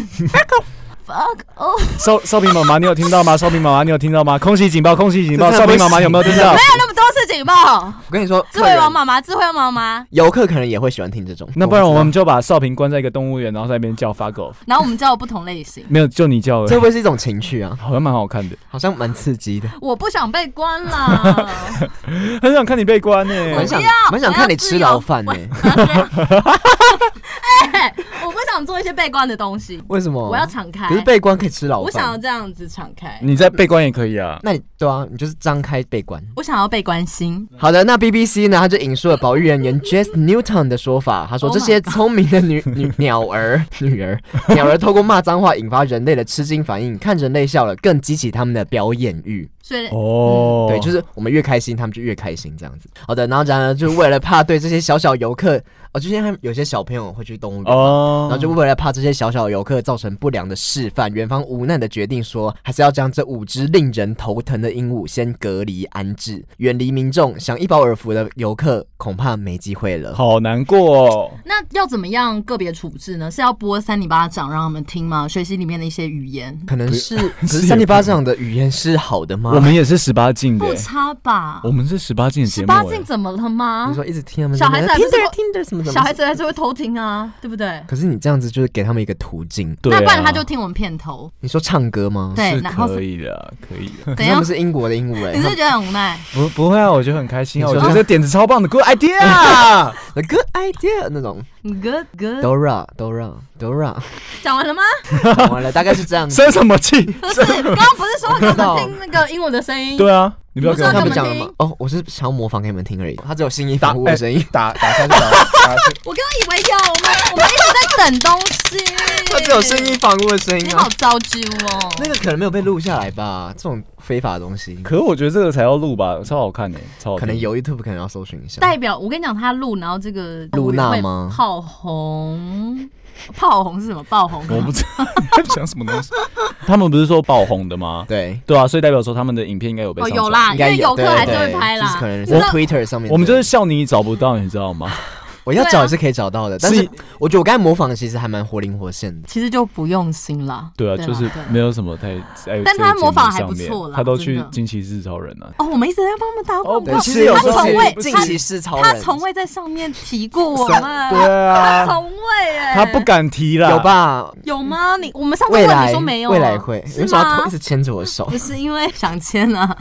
[SPEAKER 1] fuck off。
[SPEAKER 4] 烧烧饼妈妈，你有听到吗？烧饼妈妈，你有听到吗？空袭警报，空袭警报！
[SPEAKER 2] 这
[SPEAKER 4] 烧
[SPEAKER 2] 真的不
[SPEAKER 4] 饼妈妈
[SPEAKER 2] 行
[SPEAKER 4] 有没有听到
[SPEAKER 1] 没？有那么多次警报，
[SPEAKER 2] 我跟你说，
[SPEAKER 1] 智慧王
[SPEAKER 2] 客人
[SPEAKER 1] 妈妈，智慧王妈妈。
[SPEAKER 2] 游客可能也会喜欢听这种，
[SPEAKER 4] 那不然我
[SPEAKER 2] 知
[SPEAKER 4] 们就把少平关在一个动物园，然后在那边叫发狗。
[SPEAKER 1] 然后我们叫不同类型，
[SPEAKER 4] 没有，就你叫
[SPEAKER 2] 道
[SPEAKER 4] 而
[SPEAKER 2] 这会
[SPEAKER 4] 已，
[SPEAKER 2] 不会是一种情趣啊？
[SPEAKER 4] 好像蛮好看的，
[SPEAKER 2] 好像蛮刺激的。
[SPEAKER 1] 我不想被关啦。
[SPEAKER 4] 很想看你被关呢。欸
[SPEAKER 2] 蛮想
[SPEAKER 1] 不要
[SPEAKER 2] 蛮想看你吃牢饭呢、
[SPEAKER 1] 我要自由哎，我不想做一些被关的东西，
[SPEAKER 2] 为什么？
[SPEAKER 1] 我要敞开
[SPEAKER 2] 可。是被关可以吃牢
[SPEAKER 1] 我想要
[SPEAKER 2] 饭。
[SPEAKER 1] 这样子敞开，
[SPEAKER 4] 你在被关也可以啊。
[SPEAKER 2] 那你对啊，你就是张开被关。
[SPEAKER 1] 我想要被关心。
[SPEAKER 2] 好的，那 BBC 呢，他就引述了保育人员 Jess Newton 的说法，他说
[SPEAKER 1] Oh my
[SPEAKER 2] 这些聪明的女女鸟儿、 女儿、鸟儿透过骂脏话引发人类的吃惊反应，看人类笑了，更激起他们的表演欲。
[SPEAKER 1] 所以
[SPEAKER 4] 哦，
[SPEAKER 2] 对，就是是我们越开心，他们就越开心这样子。好的，然后然而就为了怕对这些小小游客，哦，就像有些小朋友会去动物园嘛
[SPEAKER 4] 哦，
[SPEAKER 2] 然后就为了怕这些小小游客造成不良的示范，园方无奈的决定说，还是要将这五只令人头疼的鹦鹉先隔离安置，远离民众。想一饱耳福的游客恐怕没机会了。
[SPEAKER 4] 好难过哦。
[SPEAKER 1] 那要怎么样个别处置呢？是要拨三里巴掌让他们听吗？学习里面的一些语言，
[SPEAKER 2] 可能 是，可
[SPEAKER 4] 是
[SPEAKER 2] 是
[SPEAKER 4] 也
[SPEAKER 2] 三里巴掌的语言是好的吗？
[SPEAKER 4] 我们也是十八禁的
[SPEAKER 1] 不
[SPEAKER 4] 欸，
[SPEAKER 1] 差吧
[SPEAKER 4] 我？们是十八禁的
[SPEAKER 1] 十
[SPEAKER 4] 节目
[SPEAKER 1] 八
[SPEAKER 4] 欸。
[SPEAKER 1] 禁怎么了吗
[SPEAKER 2] 你？说一直听他们
[SPEAKER 1] 小孩子还不
[SPEAKER 2] 听
[SPEAKER 1] 是
[SPEAKER 2] 着
[SPEAKER 1] 会
[SPEAKER 2] 听着什么什么，
[SPEAKER 1] 小孩子还是会偷听啊，对不对？
[SPEAKER 2] 可是你这样子就是给他们一个途径。
[SPEAKER 4] 对啊，
[SPEAKER 1] 那不然他就听我们片头，
[SPEAKER 2] 你说唱歌吗？
[SPEAKER 1] 对，
[SPEAKER 4] 是
[SPEAKER 1] 然后
[SPEAKER 4] 可以的，啊可以 的。
[SPEAKER 2] 可
[SPEAKER 1] 怎
[SPEAKER 2] 是他
[SPEAKER 1] 样
[SPEAKER 2] 们？是英国的鹦鹉哎、
[SPEAKER 1] 你是不是觉得很无奈？
[SPEAKER 4] 不不会啊，我觉得很开心啊，
[SPEAKER 2] 你
[SPEAKER 4] 我
[SPEAKER 2] 说
[SPEAKER 1] 哦
[SPEAKER 4] 觉得这点子超棒的，Good idea。
[SPEAKER 2] 啊，The good idea 那种
[SPEAKER 1] Good good，
[SPEAKER 2] Dora Dora Dora，
[SPEAKER 1] 讲完了吗？
[SPEAKER 2] 讲 完了，大概是这样子。
[SPEAKER 4] 生什么气？
[SPEAKER 1] 不是，刚刚不是说给我
[SPEAKER 2] 知道
[SPEAKER 1] 们听那个英文的声音？
[SPEAKER 4] 对啊，你不要
[SPEAKER 1] 不
[SPEAKER 4] 给
[SPEAKER 1] 是要
[SPEAKER 4] 我
[SPEAKER 2] 他
[SPEAKER 1] 干
[SPEAKER 2] 们
[SPEAKER 1] 嘛
[SPEAKER 2] 讲了吗
[SPEAKER 1] 听？
[SPEAKER 2] 哦，我是想要模仿给你们听而已，他只有新衣服的声音。
[SPEAKER 3] 打打开就打打开，
[SPEAKER 1] 我刚刚以为有，我们我们一直在等东西。
[SPEAKER 2] 他只有 声音房屋的声
[SPEAKER 1] 你
[SPEAKER 2] 音
[SPEAKER 1] 好
[SPEAKER 2] 啊！
[SPEAKER 1] 糟糕哦！
[SPEAKER 2] 那个可能没有被录下来吧？这种非法的东西，
[SPEAKER 4] 可是我觉得这个才要录吧，超好看的，欸超好听
[SPEAKER 2] 可能有 YouTube 可能要搜寻一下。
[SPEAKER 1] 代表我跟你讲，他录，然后这个
[SPEAKER 2] 露娜吗
[SPEAKER 1] 炮红，炮红是什么？爆红？
[SPEAKER 4] 我不知 道讲什么东西。他们不是说爆红的吗？
[SPEAKER 2] 对，
[SPEAKER 4] 对啊，所以代表说他们的影片应该有被
[SPEAKER 1] 哦，
[SPEAKER 4] 上传
[SPEAKER 1] 有。啦，
[SPEAKER 2] 应
[SPEAKER 1] 因
[SPEAKER 2] 该
[SPEAKER 1] 为游
[SPEAKER 2] 有，对
[SPEAKER 1] 客还是
[SPEAKER 2] 对
[SPEAKER 1] 会拍
[SPEAKER 2] 就是
[SPEAKER 1] 啦
[SPEAKER 2] 可。能
[SPEAKER 1] 你知
[SPEAKER 2] 在
[SPEAKER 1] 道
[SPEAKER 2] Twitter 上面。
[SPEAKER 4] 我们就是
[SPEAKER 2] 对
[SPEAKER 4] 笑你找不到，你知道吗？
[SPEAKER 2] 我要
[SPEAKER 1] 对啊
[SPEAKER 2] 找也是可以找到的，但
[SPEAKER 4] 是
[SPEAKER 2] 是我觉得我刚才模仿的其实还蛮活灵活现的。
[SPEAKER 1] 其实就不用心啦。
[SPEAKER 4] 对啊，
[SPEAKER 1] 啦
[SPEAKER 4] 就是
[SPEAKER 1] 对啦
[SPEAKER 4] 没有什么太在。
[SPEAKER 1] 但
[SPEAKER 4] 在
[SPEAKER 1] 他
[SPEAKER 4] 节
[SPEAKER 1] 模
[SPEAKER 4] 目
[SPEAKER 1] 仿还
[SPEAKER 4] 上
[SPEAKER 1] 不
[SPEAKER 4] 面
[SPEAKER 1] 错啦
[SPEAKER 4] 他都
[SPEAKER 1] 真
[SPEAKER 4] 去
[SPEAKER 1] 的
[SPEAKER 4] 惊奇四超人啊。
[SPEAKER 1] 哦，我们一直在帮他们打广
[SPEAKER 4] 哦
[SPEAKER 1] 告，
[SPEAKER 2] 其实有
[SPEAKER 1] 他
[SPEAKER 2] 时候
[SPEAKER 1] 从未
[SPEAKER 2] 是近
[SPEAKER 1] 他
[SPEAKER 2] 期是超
[SPEAKER 1] 他
[SPEAKER 2] 人，
[SPEAKER 1] 从未在上面提过我
[SPEAKER 2] 三
[SPEAKER 1] 们，
[SPEAKER 4] 对
[SPEAKER 1] 他
[SPEAKER 4] 啊，
[SPEAKER 1] 从未哎，
[SPEAKER 4] 他不敢提啦。
[SPEAKER 2] 有？吧？
[SPEAKER 1] 有吗？你我们上次
[SPEAKER 2] 未
[SPEAKER 1] 问
[SPEAKER 2] 来
[SPEAKER 1] 你说没有啊，
[SPEAKER 2] 未来会，
[SPEAKER 1] 是
[SPEAKER 2] 为什么要
[SPEAKER 1] 吗
[SPEAKER 2] 偷 一？直牵着我的手
[SPEAKER 1] 不？是因为想签啊，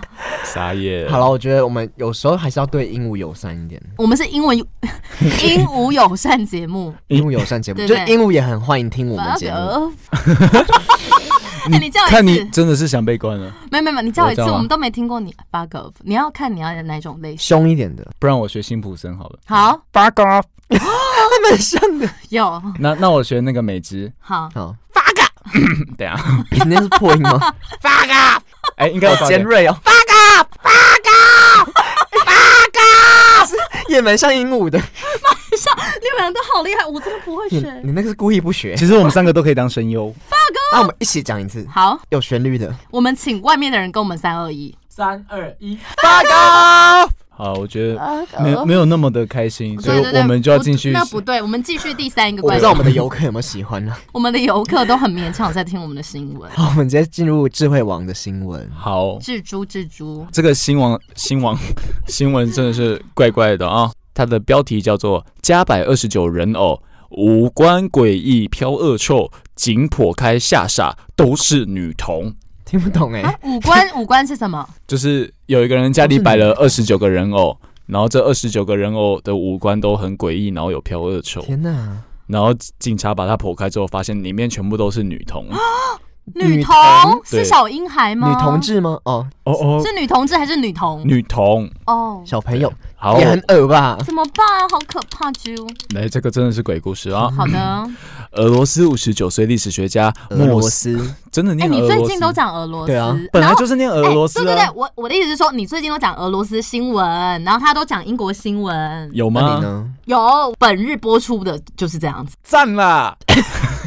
[SPEAKER 4] 傻眼。
[SPEAKER 2] 好了，我觉得我们有时候还是要对鹦鹉友善一点。
[SPEAKER 1] 我们是英文 鹦鹉友善节目，
[SPEAKER 2] 鹦鹉友善节目，
[SPEAKER 1] 对
[SPEAKER 2] 就
[SPEAKER 1] 对
[SPEAKER 2] 是鹦鹉也很欢迎听我们节目。
[SPEAKER 1] 呃哎你叫我一次
[SPEAKER 4] 看你真的是想被关了，
[SPEAKER 1] 没有没有没有，你叫我一次，
[SPEAKER 4] 我知道啊
[SPEAKER 1] 我们都没听过你 bug off。你要看你要哪种类型。
[SPEAKER 2] 凶一点的，
[SPEAKER 4] 不然我学辛普森好了。
[SPEAKER 1] 好，
[SPEAKER 4] Fuck off。
[SPEAKER 2] 他们像的。
[SPEAKER 1] 有
[SPEAKER 4] 那那我学那个美姿。
[SPEAKER 1] 好，
[SPEAKER 2] 好，
[SPEAKER 4] 等一下，
[SPEAKER 2] 你那哦是破音吗？
[SPEAKER 4] 哎，应该有
[SPEAKER 2] 好尖锐 哦。Fuck off！Fuck off！Fuck off！也蛮像鹦鹉的。
[SPEAKER 1] 像你们俩都好厉害，我真的不会
[SPEAKER 2] 你
[SPEAKER 1] 学
[SPEAKER 2] 你。那个是故意不学。
[SPEAKER 4] 其实我们三个都可以当声优。
[SPEAKER 2] 那我们一起讲一次，
[SPEAKER 1] 好，
[SPEAKER 2] 有旋律的。
[SPEAKER 1] 我们请外面的人跟我们三二一。
[SPEAKER 2] Fuck off！
[SPEAKER 4] 好，我觉得没有
[SPEAKER 1] 对
[SPEAKER 4] 没有那么的开心，所以
[SPEAKER 1] 呃对对，
[SPEAKER 4] 我们就要进去
[SPEAKER 1] 不。那不对，我们继续第三个
[SPEAKER 2] 我不
[SPEAKER 1] 关
[SPEAKER 2] 知
[SPEAKER 1] 系
[SPEAKER 2] 道。我们的游客有没有喜欢 呢？
[SPEAKER 1] 我们的游客都很勉强在听我们的新 闻。
[SPEAKER 2] 好，我们直接进入智慧王的新闻。
[SPEAKER 4] 好，
[SPEAKER 1] 蜘蛛，蜘蛛，
[SPEAKER 4] 这个新闻新闻新闻真的是怪怪的啊！它的标题叫做“加百二十九人偶五官诡异飘恶臭，仅破开吓傻都是女童
[SPEAKER 2] 听不懂哎、
[SPEAKER 1] 啊五官， 五官是什么？”，
[SPEAKER 4] 就是有一个人家里摆了二十九个人偶。然后这二十九个人偶的五官都很诡异，然后有飘恶臭。
[SPEAKER 2] 天哪，
[SPEAKER 4] 然后警察把它剖开之后，发现里面全部都是女童。
[SPEAKER 1] 女
[SPEAKER 2] 女
[SPEAKER 1] 童
[SPEAKER 2] 童
[SPEAKER 1] 是
[SPEAKER 4] 对
[SPEAKER 1] 小婴孩吗？
[SPEAKER 2] 女同志吗？哦，
[SPEAKER 4] 哦哦，
[SPEAKER 1] 是女同志还是女童？
[SPEAKER 4] 女童。
[SPEAKER 1] 哦，
[SPEAKER 2] 小朋友
[SPEAKER 4] 好
[SPEAKER 2] 也，很恶吧？
[SPEAKER 1] 怎么办？好可怕，啾！
[SPEAKER 4] 来这个真的是鬼故事啊！
[SPEAKER 1] 好的，
[SPEAKER 4] 俄罗斯五十九岁历史学家
[SPEAKER 2] 俄
[SPEAKER 4] 莫
[SPEAKER 2] 罗
[SPEAKER 4] 斯，
[SPEAKER 2] 斯，
[SPEAKER 4] 真的
[SPEAKER 1] 哎，
[SPEAKER 4] 念
[SPEAKER 1] 你
[SPEAKER 4] 俄
[SPEAKER 1] 最
[SPEAKER 4] 罗斯
[SPEAKER 1] 近都，讲俄罗斯，
[SPEAKER 2] 对啊
[SPEAKER 4] 本
[SPEAKER 1] 然
[SPEAKER 4] 来
[SPEAKER 1] 后
[SPEAKER 4] 就是念俄罗斯
[SPEAKER 1] 哎
[SPEAKER 4] 啊，
[SPEAKER 1] 对对对，我我的意思是说，你最近都讲俄罗斯新闻，然后他都讲英国新闻。
[SPEAKER 4] 有
[SPEAKER 2] 那你
[SPEAKER 4] 吗？
[SPEAKER 2] 呢？
[SPEAKER 1] 有本日播出的就是这样子。
[SPEAKER 4] 赞啦！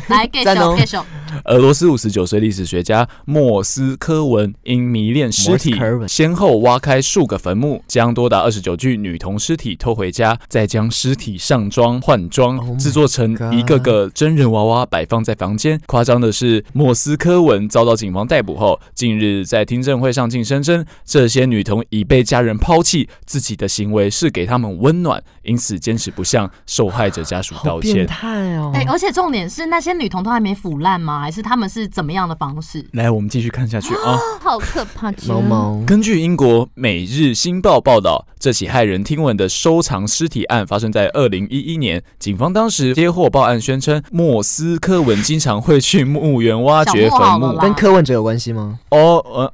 [SPEAKER 1] 来 get
[SPEAKER 2] 赞哦
[SPEAKER 1] show get show，
[SPEAKER 4] 俄罗斯五十九岁历史学家莫斯科文因迷恋尸体
[SPEAKER 2] 莫斯科，文
[SPEAKER 4] 先后挖开数个坟墓，将多达二十九具女童尸体偷回家，再将尸体上妆换
[SPEAKER 2] Oh
[SPEAKER 4] 装，
[SPEAKER 2] my
[SPEAKER 4] 制作成
[SPEAKER 2] God
[SPEAKER 4] 一个个真人娃娃摆放在房间。夸张的是，莫斯科文遭到警方逮捕后，近日在听证会上竟声称，这些女童已被家人抛弃，自己的行为是给他们温暖，因此坚持不向受害者家属
[SPEAKER 2] 好
[SPEAKER 4] 道
[SPEAKER 2] 变
[SPEAKER 4] 歉。
[SPEAKER 2] 态哦！
[SPEAKER 1] 哎，而且重点是那些女童都还没腐烂吗？还还是他们是怎么样的方式？
[SPEAKER 4] 来，我们继续看下去 啊。
[SPEAKER 5] 好可怕！
[SPEAKER 2] 毛毛
[SPEAKER 4] 根据英国《每日新报》报道，这起骇人听闻的收藏尸体案发生在二零一一年。警方当时接获报案，宣称莫斯科文经常会去墓园挖掘
[SPEAKER 1] 小莫好
[SPEAKER 4] 坟
[SPEAKER 1] 了
[SPEAKER 4] 墓
[SPEAKER 1] 啦。
[SPEAKER 2] 跟柯文哲有关系吗？
[SPEAKER 4] 哦，呃，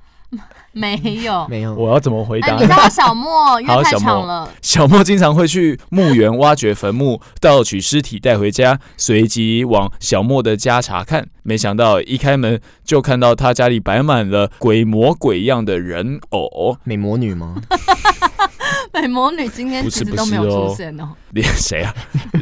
[SPEAKER 1] 没有。
[SPEAKER 2] 没有，
[SPEAKER 4] 我要怎么回
[SPEAKER 1] 哎，
[SPEAKER 4] 答
[SPEAKER 1] 你？知道小莫因
[SPEAKER 4] 好
[SPEAKER 1] 为太
[SPEAKER 4] 小莫
[SPEAKER 1] 长了，
[SPEAKER 4] 小莫经常会去墓园挖掘坟墓，盗取尸体带回家，随即往小莫的家查看。没想到一开门就看到他家里摆满了鬼模鬼样的人偶，
[SPEAKER 2] 美魔女 吗？
[SPEAKER 1] 美魔女今天
[SPEAKER 4] 不
[SPEAKER 1] 其
[SPEAKER 4] 是
[SPEAKER 1] 实
[SPEAKER 4] 不
[SPEAKER 1] 都没
[SPEAKER 4] 是
[SPEAKER 1] 有
[SPEAKER 4] 哦
[SPEAKER 1] 出现哦。
[SPEAKER 4] 脸 谁啊？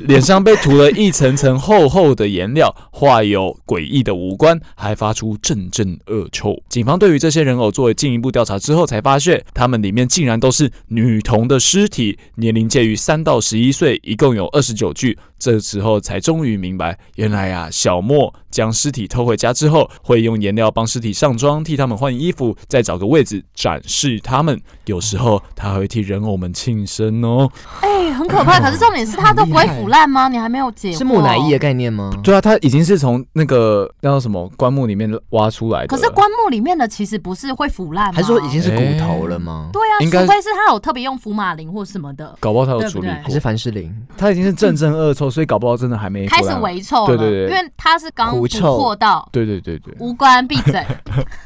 [SPEAKER 4] 脸上被涂了一层层厚厚的颜料，画有诡异的五官，还发出阵阵恶臭。警方对于这些人偶作为进一步调查之后，才发现他们里面竟然都是女童的尸体，年龄介于三到十一岁，一共有二十九具。这时候才终于明白，原来啊，小莫将尸体偷回家之后，会用颜料帮尸体上妆，替他们换衣服，再找个位置展示他们。有时候他还会替人偶们庆生哦。
[SPEAKER 1] 哎，很可怕。可是重点是，它都不会腐烂吗？你还没有解惑
[SPEAKER 2] 是木乃伊的。概念吗？
[SPEAKER 4] 对啊，他已经是从那个那叫什么棺木里面挖出来的了。
[SPEAKER 1] 可是棺木里面的其实不是会腐烂吗？
[SPEAKER 2] 还是说已经是骨头了吗？
[SPEAKER 1] 对啊，
[SPEAKER 4] 应该
[SPEAKER 1] 除非是他有特别用福马林或什么的，
[SPEAKER 4] 搞不好他有处理
[SPEAKER 1] 对不
[SPEAKER 2] 还
[SPEAKER 4] 过
[SPEAKER 2] 是，凡士林？
[SPEAKER 4] 他已经是正正恶臭，所以搞不好真的还没
[SPEAKER 1] 开始
[SPEAKER 4] 出来
[SPEAKER 1] 微臭了。
[SPEAKER 4] 对对对
[SPEAKER 1] 因为他是刚捕
[SPEAKER 2] 狐臭
[SPEAKER 1] 获到，
[SPEAKER 4] 对对对对。
[SPEAKER 1] 无关，闭嘴，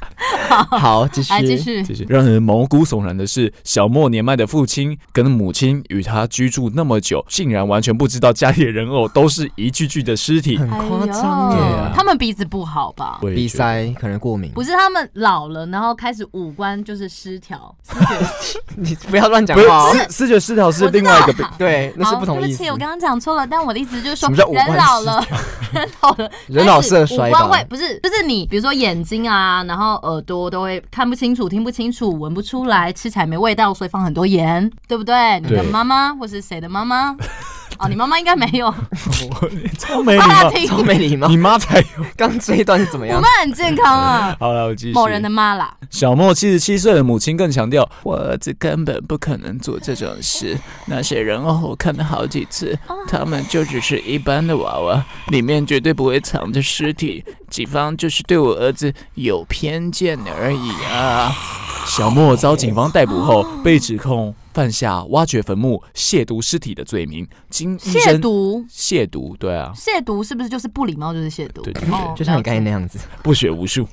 [SPEAKER 2] 好，继续
[SPEAKER 1] 来。哎继续。
[SPEAKER 4] 谢谢。让人毛骨悚然的是，小莫年迈的父亲跟母亲与他居住那么久，竟然完全不知道家里的人偶都是一具具的尸体。
[SPEAKER 2] 很夸张
[SPEAKER 1] 哎呦
[SPEAKER 4] 对
[SPEAKER 2] 耶
[SPEAKER 4] 啊！
[SPEAKER 1] 他们鼻子不嗯好吧？
[SPEAKER 4] 我也
[SPEAKER 2] 鼻
[SPEAKER 4] 觉得
[SPEAKER 2] 塞可能过敏
[SPEAKER 1] 不，是他们老了，然后开始五官就是失调，失觉。
[SPEAKER 2] 你不要乱讲
[SPEAKER 4] 不是
[SPEAKER 2] 话哦。
[SPEAKER 4] 视视觉失调是
[SPEAKER 1] 我知
[SPEAKER 4] 另
[SPEAKER 1] 道
[SPEAKER 4] 外一个病。
[SPEAKER 2] 对，那是
[SPEAKER 1] 好
[SPEAKER 2] 不同
[SPEAKER 1] 对
[SPEAKER 2] 意
[SPEAKER 1] 不
[SPEAKER 2] 思
[SPEAKER 1] 起，。我刚刚讲错了，但我的意思就是说，
[SPEAKER 2] 什么叫五官
[SPEAKER 1] 人老了， 人老了，
[SPEAKER 2] 人老
[SPEAKER 1] 开始
[SPEAKER 2] 色衰
[SPEAKER 1] 五
[SPEAKER 2] 吧
[SPEAKER 1] 官会不是，就是你比如说眼睛啊，然后耳朵都会看不清楚、听不清楚、闻不出来，吃起来没味道，所以放很多盐，对不对？你的
[SPEAKER 4] 对
[SPEAKER 1] 妈妈或是谁的妈 妈？哦，你妈妈应该没有，
[SPEAKER 4] 超
[SPEAKER 2] 哎
[SPEAKER 4] 没礼
[SPEAKER 1] 爸
[SPEAKER 4] 貌，
[SPEAKER 1] 听，
[SPEAKER 2] 超没礼貌
[SPEAKER 4] 你。妈才有。。
[SPEAKER 2] 刚这一段是怎么
[SPEAKER 1] 我
[SPEAKER 2] 样
[SPEAKER 1] 们？很健康啊
[SPEAKER 4] 好了，我继续。
[SPEAKER 1] 某人的妈啦，
[SPEAKER 4] 小莫七十七岁的母亲更强调，我儿子根本不可能做这种事。那些人哦偶我看了好几次，
[SPEAKER 1] 哦
[SPEAKER 4] 他们就只是一般的娃娃，里面绝对不会藏着尸体。警方就是对我儿子有偏见而已 啊！小莫遭警方逮捕后，被指控犯下挖掘坟墓、亵渎尸体的罪名。经医
[SPEAKER 1] 亵
[SPEAKER 4] 生
[SPEAKER 1] 渎，
[SPEAKER 4] 亵渎，对啊，
[SPEAKER 1] 亵渎是不是就是不礼貌，就是亵渎？
[SPEAKER 4] 对
[SPEAKER 1] 哦
[SPEAKER 2] 就像你刚才
[SPEAKER 1] 了解
[SPEAKER 2] 那样 子，
[SPEAKER 4] 不学无术。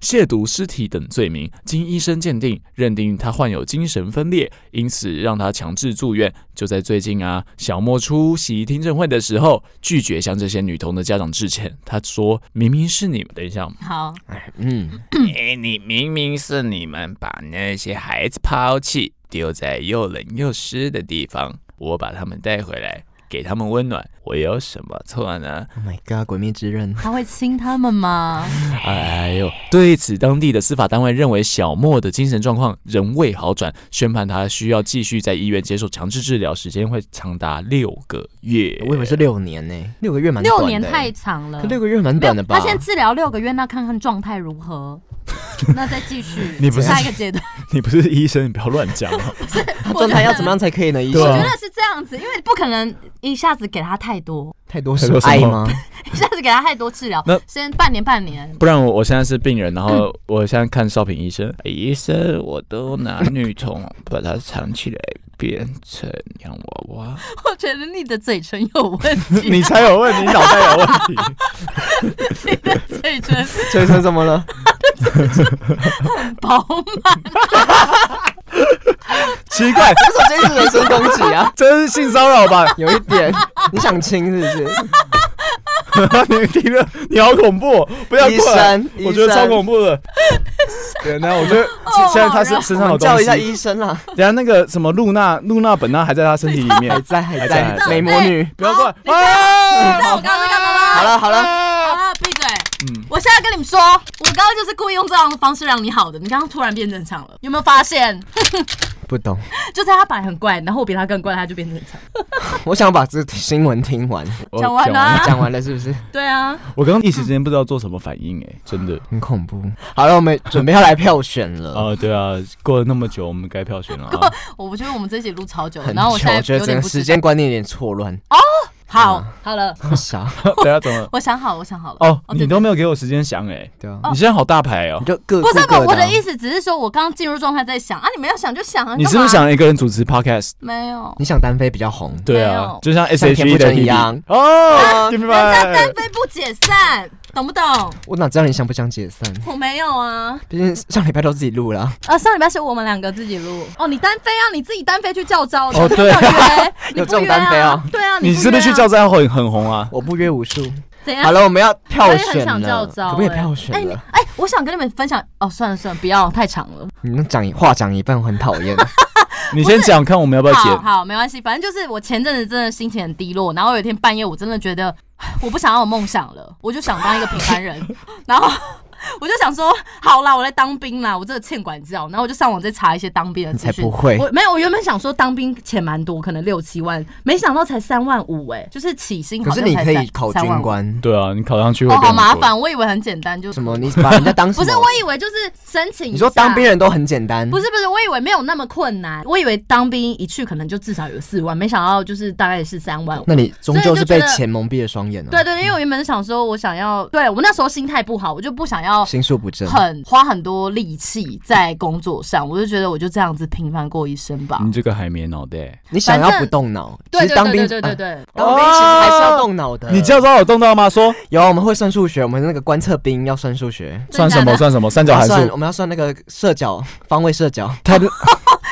[SPEAKER 4] 亵渎尸体等罪名，经医生鉴定，认定他患有精神分裂，因此让他强制住院。就在最近啊，小莫出席听证会的时候，拒绝向这些女童的家长致歉。他说：“明明是你们，等一下，
[SPEAKER 1] 好，
[SPEAKER 2] 嗯，
[SPEAKER 4] 哎，你明明是你们把那些孩子抛弃，丢在又冷又湿的地方，我把他们带回来，给他们温暖，我有什么错呢？”
[SPEAKER 2] Oh my god，鬼灭之刃，
[SPEAKER 1] 他会亲他们吗？
[SPEAKER 4] 哎呦！对此，当地的司法单位认为小莫的精神状况仍未好转，宣判他需要继续在医院接受强制治疗，时间会长达六个月。
[SPEAKER 2] 我以为是六年呢，六个月蛮短的
[SPEAKER 1] 六年太长了
[SPEAKER 2] 可，六个月蛮
[SPEAKER 1] 没
[SPEAKER 2] 短
[SPEAKER 1] 有
[SPEAKER 2] 的，吧
[SPEAKER 1] 他？先治疗六个月，那看看状态如何，那再继续。
[SPEAKER 4] 你不是
[SPEAKER 1] 下一个阶段？
[SPEAKER 4] 你不是医生，你不要乱讲、啊。
[SPEAKER 2] 他状态要怎么样才可以呢？医生
[SPEAKER 4] 对
[SPEAKER 1] 我
[SPEAKER 4] 啊
[SPEAKER 1] 觉得是这样子，因为不可能一下子给他太多，
[SPEAKER 2] 太多
[SPEAKER 4] 太多什么
[SPEAKER 2] 爱 吗？
[SPEAKER 1] 一下子给他太多治疗
[SPEAKER 4] 那，
[SPEAKER 1] 先半年半年。
[SPEAKER 4] 不然我我现在是病人，然后我现在看少平医生。 医生，我都拿女童把它藏起来，变成洋娃娃。
[SPEAKER 1] 我觉得你的嘴唇有问题，
[SPEAKER 4] 你才有问题，你脑袋有问题。
[SPEAKER 1] 你的 嘴唇
[SPEAKER 2] 嘴唇怎么 了？
[SPEAKER 1] 饱满。
[SPEAKER 4] 奇怪，
[SPEAKER 2] 为什么这是人身攻击啊？
[SPEAKER 4] 这是性骚扰吧？
[SPEAKER 2] 有一点，你想亲是不是？
[SPEAKER 4] 你听了，你好恐怖，不要
[SPEAKER 2] 医
[SPEAKER 4] 过来。
[SPEAKER 2] 生，
[SPEAKER 4] 我觉得超恐
[SPEAKER 2] 怖。
[SPEAKER 4] 怖的。对，那我觉得
[SPEAKER 1] 哦
[SPEAKER 4] 现在他
[SPEAKER 1] 好
[SPEAKER 4] 身
[SPEAKER 1] 热
[SPEAKER 4] 身
[SPEAKER 2] 我
[SPEAKER 4] 上有
[SPEAKER 2] 们
[SPEAKER 4] 东
[SPEAKER 2] 叫一
[SPEAKER 4] 西，
[SPEAKER 2] 下
[SPEAKER 4] 等
[SPEAKER 2] 医生啊啦，
[SPEAKER 4] 下那个什么露娜、露娜本娜还在他身体里面
[SPEAKER 2] 还，在还
[SPEAKER 4] 在还
[SPEAKER 2] 在，
[SPEAKER 4] 在
[SPEAKER 2] 美魔女。
[SPEAKER 4] 不要过来。
[SPEAKER 1] 你
[SPEAKER 4] 啊
[SPEAKER 1] 知道我刚刚在干嘛吗？
[SPEAKER 2] 好了好了，
[SPEAKER 1] 好
[SPEAKER 4] 啊
[SPEAKER 1] 了，闭嘴！
[SPEAKER 4] 嗯
[SPEAKER 1] 我现在跟你们说，我刚刚就是故意用这样的方式让你好的，你刚刚突然变正常了，有没有发现？
[SPEAKER 2] 不懂，
[SPEAKER 1] 就是他本来很怪，然后我比他更怪，他就变正常。
[SPEAKER 2] 我想把这个新闻听完。
[SPEAKER 4] 我
[SPEAKER 1] 讲完了啊
[SPEAKER 2] 讲完了是不是？
[SPEAKER 1] 对啊，
[SPEAKER 4] 我刚刚一时之间不知道做什么反应，哎，真的。
[SPEAKER 2] 很恐怖。好了，我们准备要来票选了。
[SPEAKER 1] 哦
[SPEAKER 4] 啊，对啊，过了那么久，我们该票选了啊。
[SPEAKER 1] 我觉得我们这一集录超久了，
[SPEAKER 2] 很
[SPEAKER 1] 然后我现
[SPEAKER 2] 久，
[SPEAKER 1] 在
[SPEAKER 2] 我觉
[SPEAKER 1] 有
[SPEAKER 2] 得整
[SPEAKER 1] 点
[SPEAKER 2] 个
[SPEAKER 1] 不
[SPEAKER 2] 时
[SPEAKER 1] 知
[SPEAKER 2] 间观念有点错乱。
[SPEAKER 1] 好
[SPEAKER 2] 啊，
[SPEAKER 1] 好了，
[SPEAKER 2] 啥？
[SPEAKER 4] 等下怎么？
[SPEAKER 1] 我想好，我想好了。
[SPEAKER 4] 哦，
[SPEAKER 1] 哦对
[SPEAKER 4] 你都没有给我时间想哎，
[SPEAKER 2] 对啊，
[SPEAKER 4] 你现在好大牌哦
[SPEAKER 2] 你。就各
[SPEAKER 1] 不是
[SPEAKER 2] 顾各
[SPEAKER 1] 我的
[SPEAKER 2] 啊
[SPEAKER 1] 意思，只是说我刚刚进入状态在想啊，你们要想就想啊，
[SPEAKER 4] 你是不是
[SPEAKER 1] 干嘛？
[SPEAKER 4] 想一个人主持 podcast？
[SPEAKER 1] 没有，
[SPEAKER 2] 你想单飞比较红，
[SPEAKER 4] 对
[SPEAKER 1] 没
[SPEAKER 4] 啊
[SPEAKER 1] 有，
[SPEAKER 4] 就像 S
[SPEAKER 2] 像
[SPEAKER 4] H
[SPEAKER 2] 田
[SPEAKER 4] E
[SPEAKER 2] 馥
[SPEAKER 4] 的
[SPEAKER 2] 甄一样
[SPEAKER 4] Hebe 哦，
[SPEAKER 2] 嗯
[SPEAKER 4] 明
[SPEAKER 1] 人家
[SPEAKER 4] 白
[SPEAKER 1] 单。飞不解散，懂不懂？
[SPEAKER 2] 我哪知道你想不想解散？
[SPEAKER 1] 我没有啊，
[SPEAKER 2] 毕竟上礼拜都自己录了，啊
[SPEAKER 1] 呃，上礼拜是我们两个自己录。哦，你单飞啊，你自己单飞去教招，
[SPEAKER 4] 哦对
[SPEAKER 1] 你不约，你
[SPEAKER 2] 啊有
[SPEAKER 1] 不
[SPEAKER 2] 这种
[SPEAKER 1] 约
[SPEAKER 2] 单飞
[SPEAKER 1] 啊
[SPEAKER 2] 啊，
[SPEAKER 1] 对啊，
[SPEAKER 4] 你
[SPEAKER 1] 不
[SPEAKER 4] 是不是
[SPEAKER 1] 约
[SPEAKER 4] 去
[SPEAKER 1] 啊
[SPEAKER 4] 教招很很红啊？
[SPEAKER 2] 我不约无数。
[SPEAKER 1] 怎
[SPEAKER 2] 好
[SPEAKER 1] 样？
[SPEAKER 2] 了，我们要
[SPEAKER 1] 哎我
[SPEAKER 2] 票
[SPEAKER 1] 也很
[SPEAKER 2] 选
[SPEAKER 1] 想教
[SPEAKER 2] 了，
[SPEAKER 1] 招，
[SPEAKER 2] 可不可以
[SPEAKER 1] 哎
[SPEAKER 2] 票选
[SPEAKER 1] 哎，你
[SPEAKER 2] 了？
[SPEAKER 1] 哎，我想跟你们分享哦，算了算了，不要太长了。
[SPEAKER 2] 你们讲一话讲一半，我很讨 厌。
[SPEAKER 4] 你先讲，看我们要不要
[SPEAKER 1] 好
[SPEAKER 4] 剪。
[SPEAKER 1] 好，没关系，反正就是我前阵子真的心情很低落，然后有一天半夜我真的觉得 我不想要有梦想了，我就想当一个平 凡人，然后。 我就想说，好啦，我来当兵啦，我真的欠管教。然后我就上网再查一些当兵的
[SPEAKER 2] 你
[SPEAKER 1] 资
[SPEAKER 2] 才
[SPEAKER 1] 讯。
[SPEAKER 2] 不会
[SPEAKER 1] 我没有，我原本想说当兵钱蛮多，可能六七万，没想到才三万五哎、就是起薪
[SPEAKER 2] 可
[SPEAKER 1] 好
[SPEAKER 2] 是
[SPEAKER 1] 像
[SPEAKER 2] 你
[SPEAKER 1] 才
[SPEAKER 2] 可
[SPEAKER 1] 三
[SPEAKER 2] 以考军。官，
[SPEAKER 4] 对啊，你考上去
[SPEAKER 1] 3
[SPEAKER 4] 会
[SPEAKER 1] 万五哦，
[SPEAKER 4] 变
[SPEAKER 1] 好
[SPEAKER 4] 很
[SPEAKER 1] 麻
[SPEAKER 4] 贵。
[SPEAKER 1] 烦，我以为很简单，就
[SPEAKER 2] 什么？你把人家当什
[SPEAKER 1] 不
[SPEAKER 2] 么
[SPEAKER 1] 是，我以为就是申请一下。
[SPEAKER 2] 你说当兵人都很简单，
[SPEAKER 1] 不是不是，我以为没有那么困难，我以为当兵一去可能就至少有四万，没想到就是大概是三万。
[SPEAKER 2] 那你终究
[SPEAKER 1] 所
[SPEAKER 2] 是
[SPEAKER 1] 以
[SPEAKER 2] 被
[SPEAKER 1] 就觉得
[SPEAKER 2] 钱蒙蔽了双眼了、啊
[SPEAKER 1] 对，对对，因为我原本想说，我想要，对我那时候心态不好，我就不想要
[SPEAKER 2] 心术不正。
[SPEAKER 1] 很花很多力气在工作上，我就觉得我就这样子平凡过一生吧。
[SPEAKER 4] 你这个海绵脑袋，
[SPEAKER 2] 你想
[SPEAKER 1] 反
[SPEAKER 2] 要
[SPEAKER 1] 正
[SPEAKER 2] 不动脑，嗯其
[SPEAKER 1] 对
[SPEAKER 2] 实
[SPEAKER 1] 对
[SPEAKER 2] 当
[SPEAKER 1] 对对
[SPEAKER 2] 兵
[SPEAKER 1] 对对
[SPEAKER 2] 啊
[SPEAKER 1] 对，
[SPEAKER 2] 当兵其实还是要动脑的。
[SPEAKER 4] 哦你教招有动到吗？说
[SPEAKER 2] 有啊我们会算数学，我们那个观测兵要算数学，
[SPEAKER 4] 算什么算什么三角
[SPEAKER 2] 要
[SPEAKER 4] 函
[SPEAKER 1] 哦
[SPEAKER 2] 算
[SPEAKER 4] 数
[SPEAKER 2] 我，们要算那个射角方位射角。
[SPEAKER 4] 他的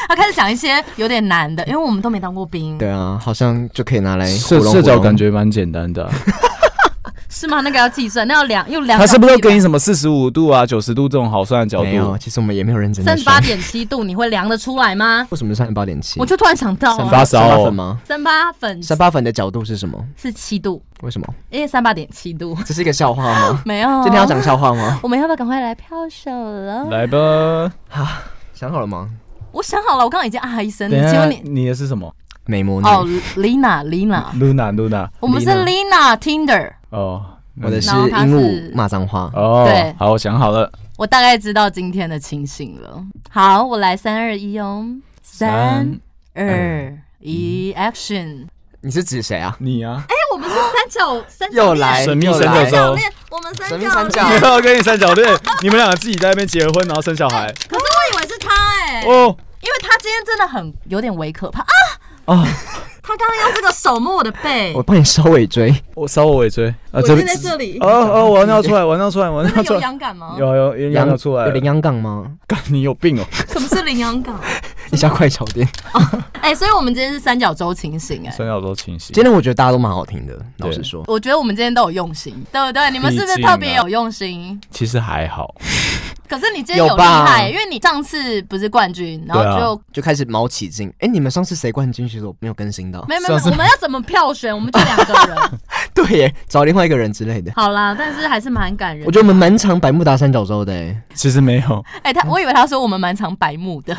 [SPEAKER 1] 他开始讲一些有点难的，因为我们都没当过兵，
[SPEAKER 2] 对啊，好像就可以拿来
[SPEAKER 4] 社
[SPEAKER 2] 糊弄
[SPEAKER 4] 社
[SPEAKER 2] 糊
[SPEAKER 4] 交
[SPEAKER 2] 弄
[SPEAKER 4] 感觉蛮简单的 啊。
[SPEAKER 1] 是吗？那个要计算，那要量用量。
[SPEAKER 4] 他是不是都给你什么四十五度啊、九十度这种好算的角
[SPEAKER 2] 没有，
[SPEAKER 4] 度？
[SPEAKER 2] 其实我们也没有认真
[SPEAKER 1] 三
[SPEAKER 2] 在
[SPEAKER 1] 十八
[SPEAKER 2] 算。
[SPEAKER 1] 点七度？你会量得出来吗？
[SPEAKER 2] 为什么是三八点七？
[SPEAKER 1] 我就突然想到、
[SPEAKER 4] 三
[SPEAKER 1] 啊，
[SPEAKER 4] 八
[SPEAKER 2] 三八
[SPEAKER 4] 烧
[SPEAKER 2] 粉吗？
[SPEAKER 1] 三八粉
[SPEAKER 2] 三八粉的角度是什么？
[SPEAKER 1] 是七度，
[SPEAKER 2] 为什么？
[SPEAKER 1] 因为三八点七度？
[SPEAKER 2] 这是一个笑话吗
[SPEAKER 1] 没有。
[SPEAKER 2] 今天要讲笑话吗？
[SPEAKER 1] 我们要不要赶快来飘手了？
[SPEAKER 4] 来
[SPEAKER 1] 嗯
[SPEAKER 4] 吧。
[SPEAKER 2] 想好了吗？
[SPEAKER 1] 我想好了，我刚刚已经啊一声，
[SPEAKER 4] 等
[SPEAKER 1] 请
[SPEAKER 4] 一下，
[SPEAKER 1] 问你
[SPEAKER 4] 你的是什么
[SPEAKER 2] 美魔女，
[SPEAKER 1] 哦，Lina Lina，
[SPEAKER 2] 嗯
[SPEAKER 4] ？Luna Luna
[SPEAKER 1] 我们是 Lina Tinder，
[SPEAKER 4] 哦，
[SPEAKER 2] 我的是
[SPEAKER 1] 然后她
[SPEAKER 2] 鹦
[SPEAKER 1] 是
[SPEAKER 2] 鹉骂脏话。
[SPEAKER 1] 对
[SPEAKER 4] 哦，好，我想好了，
[SPEAKER 1] 我大概知道今天的情形了。好，我来三二一哦，三二一，Action！
[SPEAKER 2] 你是指谁啊？
[SPEAKER 4] 你啊，
[SPEAKER 1] 哎，我们是三 角三角
[SPEAKER 2] 又
[SPEAKER 1] 恋
[SPEAKER 2] 来，
[SPEAKER 4] 神秘
[SPEAKER 2] 又
[SPEAKER 4] 三
[SPEAKER 2] 来
[SPEAKER 1] 三
[SPEAKER 4] 角洲
[SPEAKER 1] 角恋，我们三
[SPEAKER 2] 神秘
[SPEAKER 1] 角
[SPEAKER 2] 三
[SPEAKER 1] 恋，
[SPEAKER 2] 角
[SPEAKER 1] 可
[SPEAKER 4] 你要跟你三角恋，你们两个自己在那边结了婚，然后生小孩
[SPEAKER 1] 是我以为是他哎，因
[SPEAKER 4] 哦
[SPEAKER 1] 为他今天真的很有点微可怕啊！
[SPEAKER 4] 啊，
[SPEAKER 1] 他刚刚用这个手摸我的背，
[SPEAKER 2] 哦 我帮你收尾追。
[SPEAKER 4] 我稍我尾椎啊，
[SPEAKER 1] 我
[SPEAKER 4] 这
[SPEAKER 1] 正
[SPEAKER 4] 边
[SPEAKER 1] 在这里
[SPEAKER 4] 哦，哦，我要尿出来，我要尿出来，我要
[SPEAKER 1] 真的
[SPEAKER 4] 尿出
[SPEAKER 1] 有
[SPEAKER 4] 来，
[SPEAKER 1] 痒感吗？
[SPEAKER 4] 有有有尿出来
[SPEAKER 2] 有
[SPEAKER 4] 了
[SPEAKER 2] 羚，羊港吗？
[SPEAKER 4] 干你有病哦，
[SPEAKER 1] 什么是羚羊感？
[SPEAKER 2] 一下快炒店。
[SPEAKER 1] 哎、所以我们今天是三角洲情形哎、
[SPEAKER 4] 三角洲清晰
[SPEAKER 2] 今，天我觉得大家都蛮好听的，老实说。
[SPEAKER 1] 我觉得我们今天都有用心，对不对？你们是不是
[SPEAKER 4] 毕竟啊
[SPEAKER 1] 特别有用心？
[SPEAKER 4] 其实还好，
[SPEAKER 1] 可是你今天有
[SPEAKER 2] 有
[SPEAKER 1] 厉
[SPEAKER 2] 吧
[SPEAKER 1] 害，因为你上次不是冠军，然后
[SPEAKER 4] 对啊
[SPEAKER 1] 就、
[SPEAKER 2] 就开始毛起劲，哎、你们上次谁冠军？其实我没有更新到。
[SPEAKER 1] 没 有没有，
[SPEAKER 4] 上
[SPEAKER 1] 没
[SPEAKER 4] 次
[SPEAKER 1] 有我们要怎么票选？我们就两个 人，
[SPEAKER 2] 对耶，找另外一个人之类的。
[SPEAKER 1] 好啦，但是还是蛮感人的。
[SPEAKER 2] 我觉得我们蛮常百慕达三角洲的、哎，
[SPEAKER 4] 其实没有，
[SPEAKER 1] 哎、他我以为他说我们蛮常白目 的，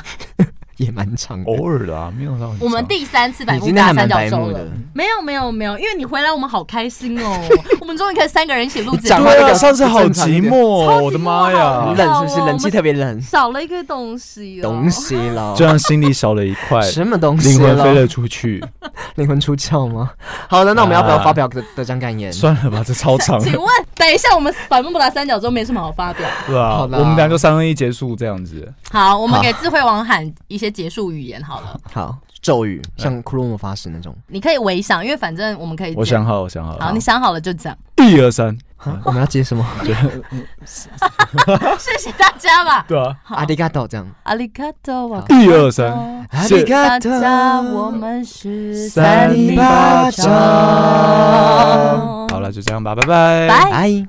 [SPEAKER 2] 也蛮常的。
[SPEAKER 4] 偶尔的啊，没有到很
[SPEAKER 1] 我们
[SPEAKER 4] 长
[SPEAKER 1] 第三次白
[SPEAKER 2] 你
[SPEAKER 1] 目
[SPEAKER 2] 今天
[SPEAKER 1] 大
[SPEAKER 2] 还
[SPEAKER 1] 三
[SPEAKER 2] 蛮
[SPEAKER 1] 角
[SPEAKER 2] 白
[SPEAKER 1] 洲
[SPEAKER 2] 目
[SPEAKER 1] 了
[SPEAKER 2] 的。，
[SPEAKER 1] 没有没有没有，因为你回来我们好开心哦， 我们终于可以三个人一起录节
[SPEAKER 2] 讲
[SPEAKER 1] 目
[SPEAKER 2] 话
[SPEAKER 1] 了。
[SPEAKER 4] 对
[SPEAKER 2] 那
[SPEAKER 4] 啊，
[SPEAKER 2] 个
[SPEAKER 4] 上次好
[SPEAKER 2] 正常一
[SPEAKER 4] 寂
[SPEAKER 2] 点
[SPEAKER 4] 寞哦，我
[SPEAKER 1] 超级
[SPEAKER 4] 的妈
[SPEAKER 1] 好
[SPEAKER 4] 呀
[SPEAKER 2] 很
[SPEAKER 1] 的！
[SPEAKER 2] 冷
[SPEAKER 1] 我
[SPEAKER 2] 是不是？
[SPEAKER 1] 们
[SPEAKER 2] 冷气特别冷，
[SPEAKER 1] 少了一个东西哦，
[SPEAKER 2] 东西了
[SPEAKER 4] 就，让心里少了一块，
[SPEAKER 2] 什么东西
[SPEAKER 4] 灵魂飞
[SPEAKER 2] 了？
[SPEAKER 4] 了出去。
[SPEAKER 2] 灵魂出窍吗？好的，那我们要不要
[SPEAKER 4] 啊
[SPEAKER 2] 发表得得奖感言？
[SPEAKER 4] 算了吧，这超长，
[SPEAKER 1] 请问，等一下，我们百慕达三角洲没什么好发表。
[SPEAKER 4] 对吧？
[SPEAKER 2] 好
[SPEAKER 4] 我
[SPEAKER 2] 啦
[SPEAKER 4] 们俩就三二一结束这样子。
[SPEAKER 1] 好，我们给智慧王喊一些结束语言好了。
[SPEAKER 2] 好，咒语像库洛魔法使那种。
[SPEAKER 1] 你可以微想，因为反正我们可以。
[SPEAKER 4] 我想。好，我想好，
[SPEAKER 1] 好，你想好了就讲。
[SPEAKER 4] 一二三，
[SPEAKER 2] 啊我们要接什么？
[SPEAKER 1] 谢谢大家吧。
[SPEAKER 4] 对啊，
[SPEAKER 2] 阿迪嘎多这样。
[SPEAKER 1] 阿里嘎多瓦。
[SPEAKER 4] 一二三，
[SPEAKER 2] 阿
[SPEAKER 4] 谢
[SPEAKER 2] 迪
[SPEAKER 1] 大
[SPEAKER 2] 嘎多，
[SPEAKER 1] 家，我们是
[SPEAKER 4] 三
[SPEAKER 2] 一
[SPEAKER 1] 巴
[SPEAKER 2] 巴
[SPEAKER 1] 掌
[SPEAKER 2] 掌
[SPEAKER 4] 好了，就这样吧，拜拜，
[SPEAKER 1] 拜。
[SPEAKER 2] 拜。